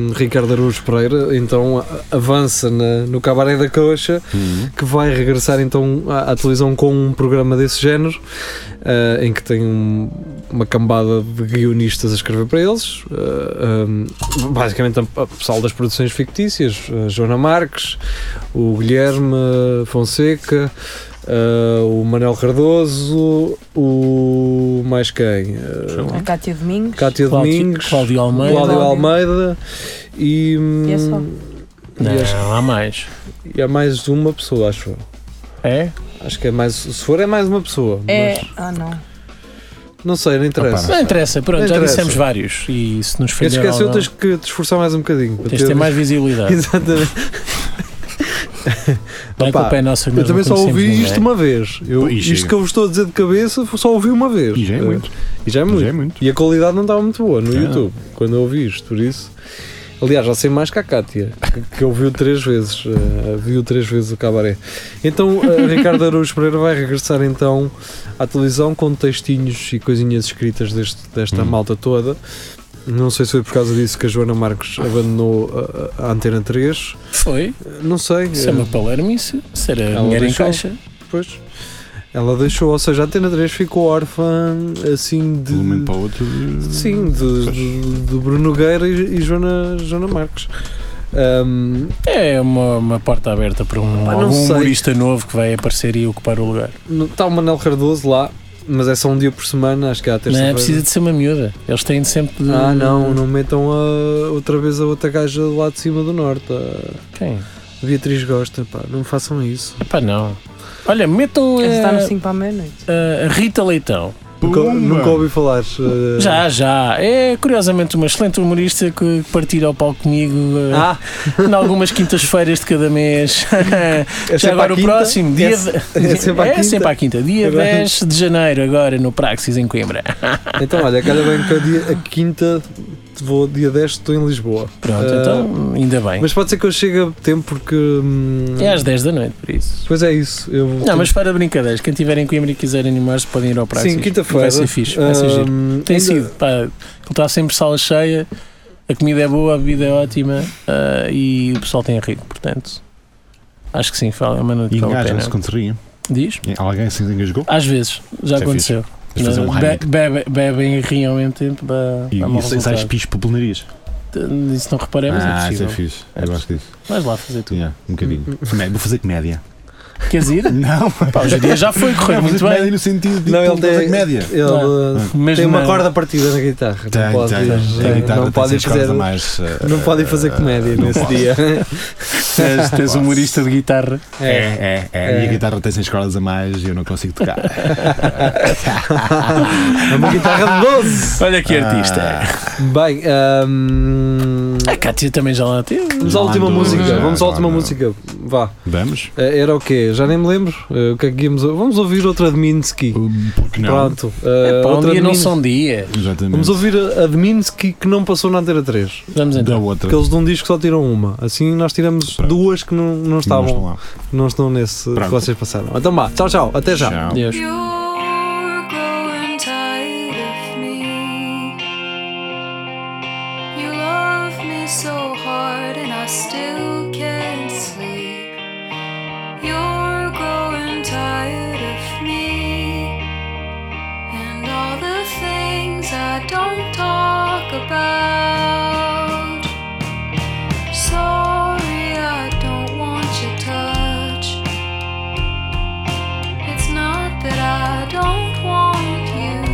S2: um, Ricardo Araújo Pereira então a- avança na- no Cabaré da Coxa, que vai regressar então à, à televisão com um programa desse género, ah, em que tem um- uma cambada de guionistas a escrever para eles, ah, ahm, basicamente a, a pessoal das produções fictícias, a Joana Marques, o Guilherme Fonseca, ah, o Manel Cardoso, o mais quem? Ah,
S6: A Cátia Domingos.
S2: Cátia
S5: Cláudio,
S2: Domingos, Cláudio,
S5: Cláudio Almeida.
S6: Cláudio.
S2: Almeida e, hum,
S6: E é só.
S2: e acho-
S5: Não, há mais.
S2: e há mais uma pessoa, acho eu.
S5: É?
S2: Acho que é mais. Se for, é mais uma pessoa.
S6: É.
S2: Mas
S6: Ah, não.
S2: não sei, não interessa.
S5: Não interessa, pronto,
S2: Não
S5: já
S2: interessa.
S5: dissemos vários. E se nos
S2: Quem
S5: fizer.
S2: se esqueceu, tens que te esforçar mais um bocadinho. para
S5: Tens de ter mais visibilidade.
S2: Exatamente.
S5: Não é
S2: Opa,
S5: culpa é nossa, nós
S2: Eu
S5: não é?
S2: também só
S5: conhecemos
S2: ouvi
S5: ninguém.
S2: isto uma vez. Eu,
S3: Pois,
S2: isto
S3: chega.
S2: que eu vos estou a dizer de cabeça só ouvi uma vez.
S3: é E já é
S2: Eh,
S3: muito.
S2: E já é
S3: Já
S2: muito.
S3: é muito.
S2: E a qualidade não estava muito boa no
S3: Ah.
S2: YouTube quando eu ouvi isto, por isso. Aliás, já sei mais que a Cátia, que- que ouviu três vezes, eh, viu três vezes o cabaré. Então, eh, Ricardo Araújo Pereira vai regressar então à televisão com textinhos e coisinhas escritas deste-
S5: Hum.
S2: desta malta toda. Não sei se foi por causa disso que a Joana Marques abandonou eh, a, a- a Antena 3.
S5: Foi.
S2: Não sei.
S5: Isso é
S2: eh,
S5: uma palermice. Será
S2: Ela
S5: dinheiro em
S2: deixou.
S5: caixa.
S2: Pois. Ela deixou, ou seja, a Antena 3 ficou órfã assim
S3: De um momento
S2: de.
S3: para o outro.
S2: Sim, de, de, de Bruno Nogueira e, e Joana, Joana Marques. Ahm,
S5: É uma, uma porta aberta para um,
S2: Ah, não
S5: algum
S2: sei.
S5: humorista novo que vai aparecer e ocupar o lugar. é?
S2: no- Está o Manel Cardoso lá, mas é só um dia por semana, acho que há a
S5: Não
S2: terça-feira.
S5: é precisa de ser uma miúda. Eles têm de sempre. de-
S2: Ah, não, não metam a- outra vez a outra gaja lá de cima do Norte. A
S5: Quem?
S2: Beatriz Gosta, pá, não façam isso.
S5: Epá, não. Olha, metam
S6: Ela está no
S5: a,
S6: 5 para a meia-noite.
S5: a Rita Leitão.
S2: Nunca,
S3: Pumba!
S2: nunca ouvi falar. eh,
S5: Já, já. É curiosamente uma excelente humorista que partilha ao palco comigo eh,
S2: Ah,
S5: em algumas quintas-feiras de cada mês.
S2: é
S5: Já
S2: sempre à
S5: agora o
S2: quinta?
S5: próximo, dia
S2: É-
S5: de-
S2: é sempre à quinta?
S5: quinta, dia
S2: Agora-
S5: 10 de janeiro, agora no Praxis em Coimbra.
S2: Então, olha, calha bem que a, dia- a quinta, vou, dia 10, estou em Lisboa.
S5: Pronto,
S2: Ah,
S5: então ainda bem.
S2: Mas pode ser que eu chegue a tempo porque. hum,
S5: É às 10 da noite, por isso.
S2: Pois é isso. Eu vou
S5: Não, mas para brincadeiras, quem estiver em Coimbra e quiser animar-se, podem ir ao Praxis.
S2: Sim, quinta-feira.
S5: Vai ser fixe, vai ser giro.
S2: Hum,
S5: Tem
S2: ainda-
S5: sido, pá, ele está sempre sala cheia, a comida é boa, a bebida é ótima ah, e o pessoal tem rido, portanto. Acho que sim, fala, é uma noite
S3: E
S5: que vale a pena.
S3: engajam-se quando se riem.
S5: Diz?
S3: Alguém se engasgou?
S5: Às vezes,
S3: Isso
S5: já
S3: é
S5: aconteceu.
S3: Tens de fazer um
S5: Be-
S3: Heineken.
S5: bebe- bebem e riem ao mesmo tempo. dá-
S3: E, é
S5: dá mau
S3: e sai- sai
S5: resultado.
S3: picho por pulmonarias.
S5: T- Isso não reparei, mas é
S3: ah, isso
S5: possível.
S3: é fixe.
S5: É
S3: Eu gosto disso.
S5: Vais lá fazer tudo.
S3: Yeah, um bocadinho. Comédia. Vou fazer comédia.
S5: Queres ir?
S3: Não,
S5: Pá, o Jeria já foi, correu
S3: Vou fazer
S5: muito bem.
S3: comédia no sentido de
S2: Não, ele
S3: vou fazer
S2: tem-
S3: comédia.
S2: Ele
S5: Não.
S2: uh,
S5: Mas
S2: tem uma
S5: não.
S2: corda partida na guitarra. não pode,
S3: tem, tem,
S2: eh,
S3: tem guitarra,
S2: não
S3: tem
S2: podem
S3: seis cordas
S2: fazer,
S3: a mais, eh,
S2: não podem fazer
S3: eh,
S2: comédia
S3: não
S2: nesse
S3: posso.
S2: dia.
S5: Tens, tens humorista de guitarra.
S3: É, é, é. A
S2: É.
S3: minha guitarra tem seis cordas a mais e eu não consigo tocar.
S2: É uma guitarra de 12.
S5: Olha que artista.
S3: Ah,
S2: Bem, hum,
S5: A Cátia também já lá teve.
S2: vamos à
S3: Não há
S2: última
S3: dúvida,
S2: música. Vamos à última
S3: claro.
S2: música. Vá.
S3: vamos?
S2: Eh, Era o quê? Já nem me lembro. Eh, O que é que íamos. Vamos ouvir outra de Minsky.
S3: Uh, Porque não?
S2: Pronto. eh,
S5: Pá, um
S2: outra
S5: dia
S2: de
S5: não
S2: Minsky.
S5: são dia.
S3: Exatamente.
S2: Vamos ouvir a, a de Minsky que não passou na Antena 3.
S5: Vamos
S3: da
S5: então.
S3: outra.
S2: Porque eles de um disco só tiram uma. Assim nós tiramos
S3: Pronto.
S2: duas que não, não
S3: Não estão
S2: estavam.
S3: lá.
S2: Não estão nesse que
S3: Pronto.
S2: vocês passaram. Então vá. Tchau, tchau. Até já.
S3: Tchau.
S5: Deus.
S8: You're growing tired of me. You love me so hard, and I still can't sleep. You're growing tired of me. And all the things I don't talk about. Sorry, I don't want your touch. It's not that I don't want you.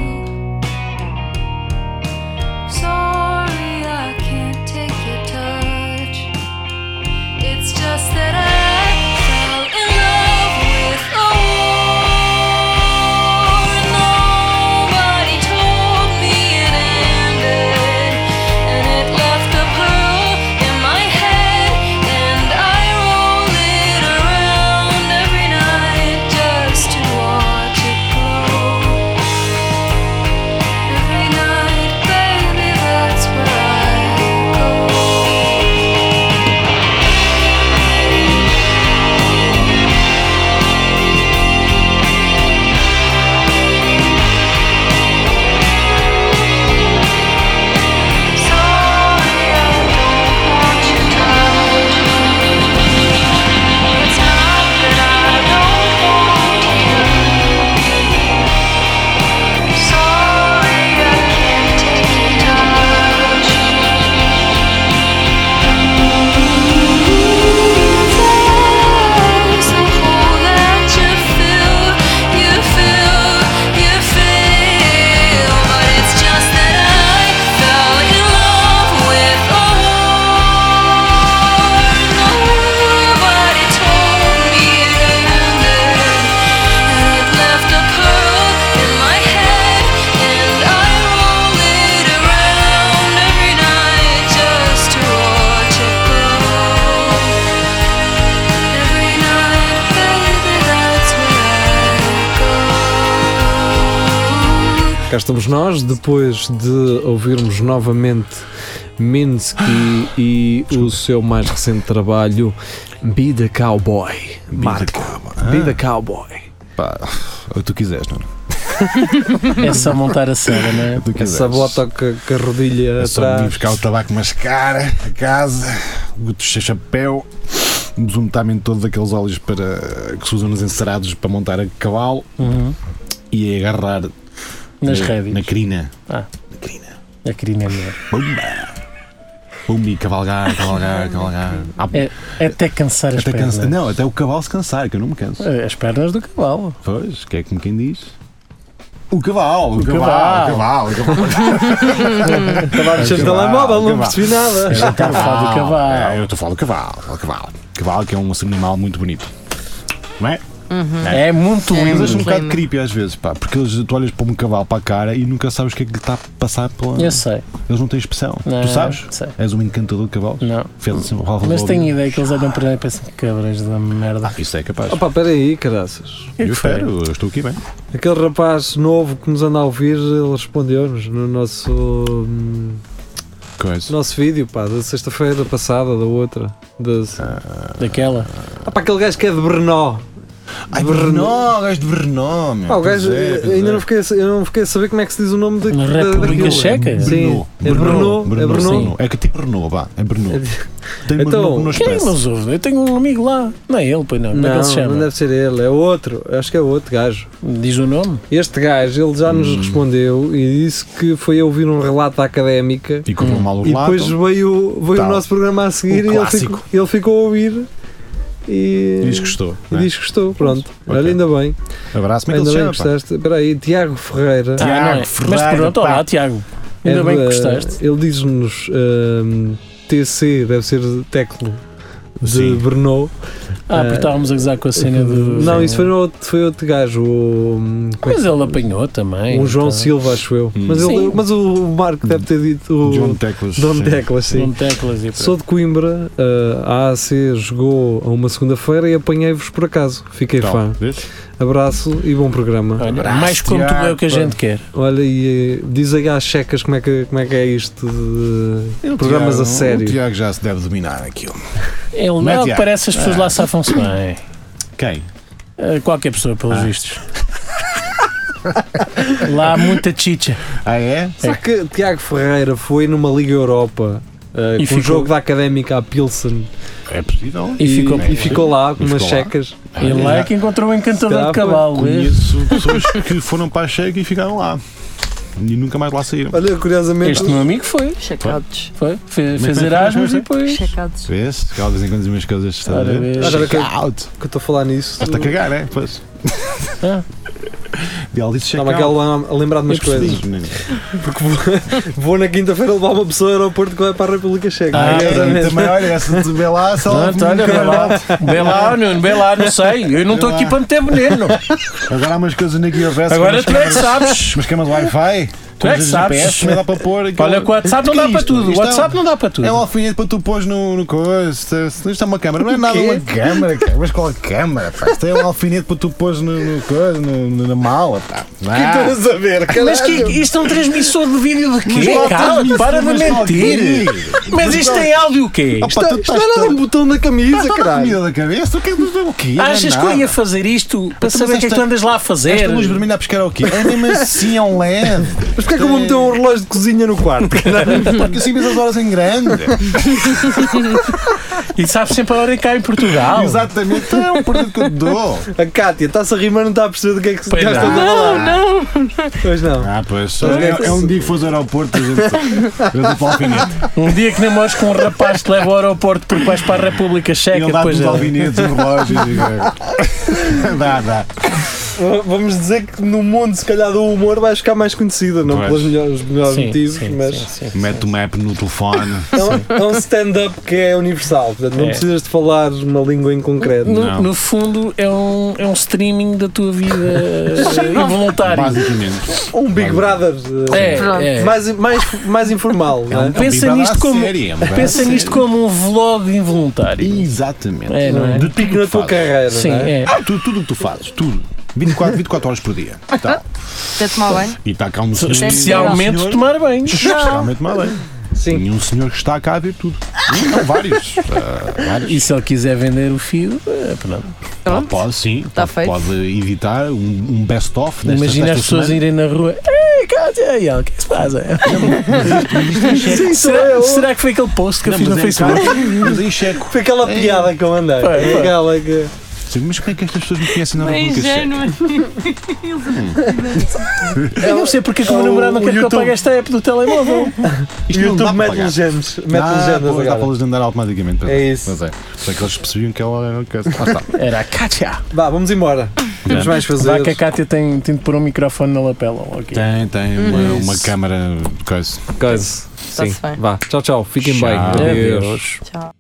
S8: Sorry, I can't take your touch. It's just that I fell in love with a war. Nobody told me it ended.
S2: cá estamos nós, depois de ouvirmos novamente Minsky e o seu mais recente trabalho, Be the Cowboy. Marco,
S3: Ah.
S2: Be the Cowboy.
S9: Pá, o que tu quiseres, não
S5: É só montar a cena, não é?
S9: O que tu quiseres.
S2: Essa bota com a- com a rodilha
S3: É só vim
S2: atrás.
S3: buscar o tabaco mascara a casa, o chapéu, desumetamente todos aqueles óleos para, que se usam nos encerados para montar a cavalo
S5: Uhum.
S3: e a agarrar
S5: Nas
S3: na,
S5: rédeas.
S3: na crina.
S5: Ah.
S3: Na crina.
S5: A querida é melhor.
S3: Pumba! Pumba e cavalgar, cavalgar, cavalgar. Ah,
S5: É, Até cansar as
S3: até
S5: pernas. É,
S3: cansa- Não, até o cavalo se cansar, que eu não me canso.
S5: As pernas do cavalo.
S3: Pois, que é como quem diz. O cavalo, o,
S5: cavalo.
S3: cavalo, o cavalo, o cavalo.
S2: Estava a mexer no
S3: Cavalo,
S2: telemóvel, não
S3: cavalo.
S2: percebi nada.
S5: Já está a falar do cavalo.
S3: É, eu estou a falar do cavalo, do cavalo. Cavalo que é um assim, animal muito bonito. Não é?
S5: É muito
S6: É.
S3: Mas
S5: lindo.
S3: acho um bocado
S6: Lindo.
S3: creepy às vezes, pá, porque eles, tu olhas para um cavalo para a cara e nunca sabes o que é que lhe está a passar pela.
S5: Eu sei.
S3: Eles não têm expressão.
S5: Não,
S3: tu sabes?
S5: Sei.
S3: És um encantador de cavalos.
S5: Não.
S3: Fez-se um ralo
S5: Mas
S3: do
S5: tenho
S3: ouvido.
S5: ideia que eles olham para mim e pensam que cabrões da merda.
S3: Isso é capaz.
S2: Opa, peraí, caraças.
S5: que
S3: eu
S5: foi?
S3: espero, eu estou aqui bem.
S2: Aquele rapaz novo que nos anda a ouvir, ele respondeu-nos no nosso, hum,
S3: Coisa.
S2: nosso vídeo, pá, da sexta-feira passada, da outra. Da...
S5: Daquela.
S2: Ah, pá, aquele gajo que é de Brno.
S9: Ai, Brno, gajo de Brno, meu.
S2: Pá, o
S9: Pois
S2: Oh, gajo,
S9: é, pois
S2: ainda
S9: é.
S2: não fiquei, a sa- eu não fiquei a saber como é que se diz o nome da,
S5: Na
S2: da-
S5: República
S2: daquilo.
S5: Checa?
S2: Sim, é Brno,
S3: Brno,
S2: é Brno.
S3: É que tipo Brno, vá. É Brno.
S2: É-
S3: Tem
S2: Então,
S3: Brno no
S5: Quem
S3: expresso.
S5: nos ouve? Eu tenho um amigo lá. Não é ele, pois não. Como é que ele se
S2: Não, não
S5: chama?
S2: deve ser ele, é outro, acho que é outro gajo.
S5: Diz o nome?
S2: Este gajo, ele já
S3: Hum.
S2: nos respondeu e disse que foi a ouvir um relato da académica
S3: E correu mal o
S2: Hum. e depois
S3: relato.
S2: veio, veio o
S3: Tal.
S2: nosso programa a seguir
S3: O
S2: e ele
S3: clássico.
S2: ficou, ele ficou a ouvir e,
S3: E diz que gostou.
S2: e
S3: né?
S2: diz que gostou, pronto.
S3: Ok.
S2: Olha, ainda bem.
S3: Abraço, como é que
S2: ainda
S3: ele
S2: bem que
S3: se chama? pá? Tá.
S2: gostaste. Espera aí, Tiago Ferreira.
S5: Ah, não é. Mas
S3: Ferreira,
S5: pronto,
S3: pá.
S5: olá, Tiago.
S2: É
S5: Ainda bem que
S2: da-
S5: gostaste.
S2: Ele diz-nos hum, TC, deve ser Teclo, de
S3: Sim.
S2: Brno.
S5: Ah, porque
S2: eh,
S5: estávamos a gozar com a cena do.
S2: Não, isso foi outro, foi outro gajo, o, hum, como é que
S5: Mas ele apanhou também.
S2: O João
S5: então.
S2: Silva, acho eu.
S3: é Hum.
S2: Mas, ele,
S5: Sim.
S2: mas o Marco deve ter dito o
S3: John
S2: John,
S3: Teclas. sim.
S2: Teclas, sim.
S5: Com teclas e
S2: Sou de Coimbra, eh, a AAC jogou a uma segunda-feira e apanhei-vos por acaso. Fiquei
S3: Tal,
S2: fã.
S3: vês?
S2: Abraço e bom programa.
S5: Olha,
S3: Abraço,
S5: mais como tu é o que a
S2: Tiago,
S5: gente quer.
S2: Olha, e eh, diz aí às checas como é que, como é, que é isto de programas
S3: É um Tiago-
S2: a sério.
S3: O Tiago já se deve dominar aquilo.
S5: Ele não,
S3: Não é,
S5: é o que
S3: Tiago?
S5: parece as pessoas lá safam-se bem.
S3: Quem?
S5: Eh, Qualquer pessoa,
S2: Ah.
S5: pelos vistos. lá há muita chicha.
S3: Ah, é?
S2: Será que Tiago Ferreira foi numa Liga Europa eh,
S5: E
S2: com
S5: ficou-
S2: um jogo da Académica à Pilsen
S3: É possível.
S5: E ficou-
S2: e ficou lá com
S3: E
S2: umas
S3: ficou lá.
S2: checas?
S5: E lá é que encontrou o encantador
S2: Está,
S5: de cavalo. é vês?
S3: Conheço pessoas que foram para a Checa e ficaram lá. E nunca mais lá saíram.
S2: Olha, curiosamente.
S5: Este meu amigo foi.
S6: Checados.
S5: Foi. Fe- Fez Erasmus e depois.
S6: Checados.
S3: Vês? Que há de vez em quando as minhas coisas estão a
S5: Ora,
S3: ver.
S5: vês.
S2: Agora que-
S3: Check out.
S2: que eu estou a falar nisso.
S3: Estás a cagar, é? Pois.
S5: Ah.
S3: E ela disse check
S2: Estava
S3: out.
S2: aqui a lem- a lembrar de umas
S5: Eu percebi.
S2: coisas.
S3: né?
S2: Porque vou, vou na quinta-feira levar uma pessoa ao aeroporto que vai para a República Checa.
S5: Ah,
S3: Ah, é,
S2: Curiosamente.
S3: também, olha, essa de Belá, só
S5: Pronto, tá, olha, vê lá, vê lá, Nuno, vê lá, não sei. Eu não estou aqui para meter veneno.
S3: Agora há umas coisas na GearVest.
S5: Agora tu é que sabes.
S3: Mas camas de Wi-Fi.
S5: Tu é que
S3: coisas de
S5: sabes.
S3: GPS, Não dá para pôr. aquilo.
S5: Olha, que o WhatsApp não
S3: Que
S5: dá
S3: é
S5: para
S3: isto?
S5: tudo. O
S3: Isto é um-
S5: WhatsApp não dá para
S3: É um
S5: tudo.
S3: alfinhete para tu pôs no, no coisa. Isto é- isto é uma câmara. Não é nada uma câmara, cara. Mas qual câmara? Pá? Isto é um alfinhete para tu pôs no, no coisa, no- no- na mala. Pá. Ah,
S2: Estás a ver, caralho.
S5: Mas que, isto é um transmissor de vídeo de
S3: mas
S5: quê?
S3: qual
S5: Cala,
S3: transmissão?
S5: para de
S3: Mas qual
S5: mentir.
S3: câmara?
S5: Mas isto tem áudio o quê?
S3: Opa, tu
S2: Isto não
S3: estás
S2: era um botão da camisa,
S3: toda a
S2: caralho.
S3: comida da cabeça. O que é que o quê? Não é
S5: Achas que eu
S3: nada.
S5: ia fazer isto para
S3: Então,
S5: saber o
S3: mas
S5: que é que tu
S3: esta-
S5: andas lá a fazer?
S3: Esta luz vermelha a pescar é o quê? É mesmo assim, é um LED.
S2: Mas porquê é que eu vou meter um relógio de cozinha no quarto? caralho?
S3: Porque assim vês as horas em grande.
S5: E sabes sempre a hora em cá em Portugal.
S3: Exatamente. Então é um produto que eu te dou.
S2: A Cátia está-se a rimar, não está a perceber do que é que se
S5: Pois
S2: já está a
S5: não.
S2: falar. Pois não.
S3: Ah, pois. É, é um dia que fores ao aeroporto, a gente. Eu dou para o alfinete.
S5: Um dia que namores com um rapaz que leva ao aeroporto porque vais para a República Checa.
S3: Ele dá-te
S5: É
S3: um
S5: Depois
S3: os
S5: ele-
S3: alfinetes, os relógios. e- Dá, dá.
S2: V- Vamos dizer que no mundo, se calhar, do humor vai ficar mais conhecido, não
S3: Pois.
S2: pelos melhores, melhores motivos, mas
S5: sim, sim.
S3: Mete o map no telefone.
S2: É, um, é um stand-up que é universal, portanto, não
S5: É.
S2: precisas de falar uma língua em concreto.
S5: No,
S3: Não.
S5: no fundo, é um, é um streaming da tua vida eh, involuntário.
S3: Basicamente.
S2: Um Big Brother eh,
S5: É, é.
S2: mais, mais, mais informal, não é?
S5: Pensa nisto como-
S3: é
S5: Pensa nisto como um vlog involuntário.
S3: Exatamente.
S5: É, não é?
S3: De tudo
S2: Pico na
S3: que
S2: tua
S3: tu fazes.
S2: carreira,
S5: Sim,
S2: não é?
S5: é.
S3: Ah, tu- tudo o que tu fazes, tudo. 24, 24 horas por dia. Tá.
S6: Até tomar banho.
S3: E está cá um senhor.
S5: Especialmente
S3: senhor-
S5: tomar banho.
S3: Especialmente mal, hein?
S5: Sim.
S3: E um senhor que está cá a ver tudo. Hum, Não, vários. ah, vários.
S5: E se ele quiser vender o fio, eh, pronto.
S3: Pode,
S6: Pronto.
S3: pode, sim.
S6: Tá
S3: pode,
S6: feito.
S3: pode editar um, um best-of desta,
S5: imagina as
S3: desta
S5: pessoas
S3: semana.
S5: irem na rua. Ei, Cátia! E ela, o que é que se passa? Sim, será, será que foi aquele post que eu
S3: Não,
S5: fiz no
S3: mas é
S5: Facebook?
S3: cá, Mas aí checo.
S2: Foi aquela piada que eu mandei.
S5: Foi, foi.
S2: É Aquela que.
S3: Sim, Mas como é que estas pessoas me conhecem na hora
S6: Bem
S3: que eu checo?
S6: ingênua.
S5: Eu não sei porque é que o meu namorado não
S2: o
S5: quer que eu
S2: YouTube.
S5: pague esta app do telemóvel.
S3: Isto não dá
S2: YouTube
S3: para
S2: mete
S3: pagar.
S2: legendas. Mete
S3: Ah,
S2: legendas
S3: pô, dá para
S2: agora.
S3: eles andar automaticamente. pois
S2: É isso.
S3: Mas é. Só que eles percebiam que ela era o que. Ah, está.
S5: Era a Cátia.
S2: Vá, vamos embora. Temos mais
S5: Vá que é a
S2: fazer.
S5: Cátia tem, tem de pôr um microfone na lapela. ok?
S3: Tem, tem uma, uma câmara de coisa.
S2: Coisa. Sim.
S6: Está-se bem.
S2: Vá. Tchau, tchau. Fiquem bem.
S3: Tchau.
S2: Adeus.
S5: Adeus.
S6: Tchau.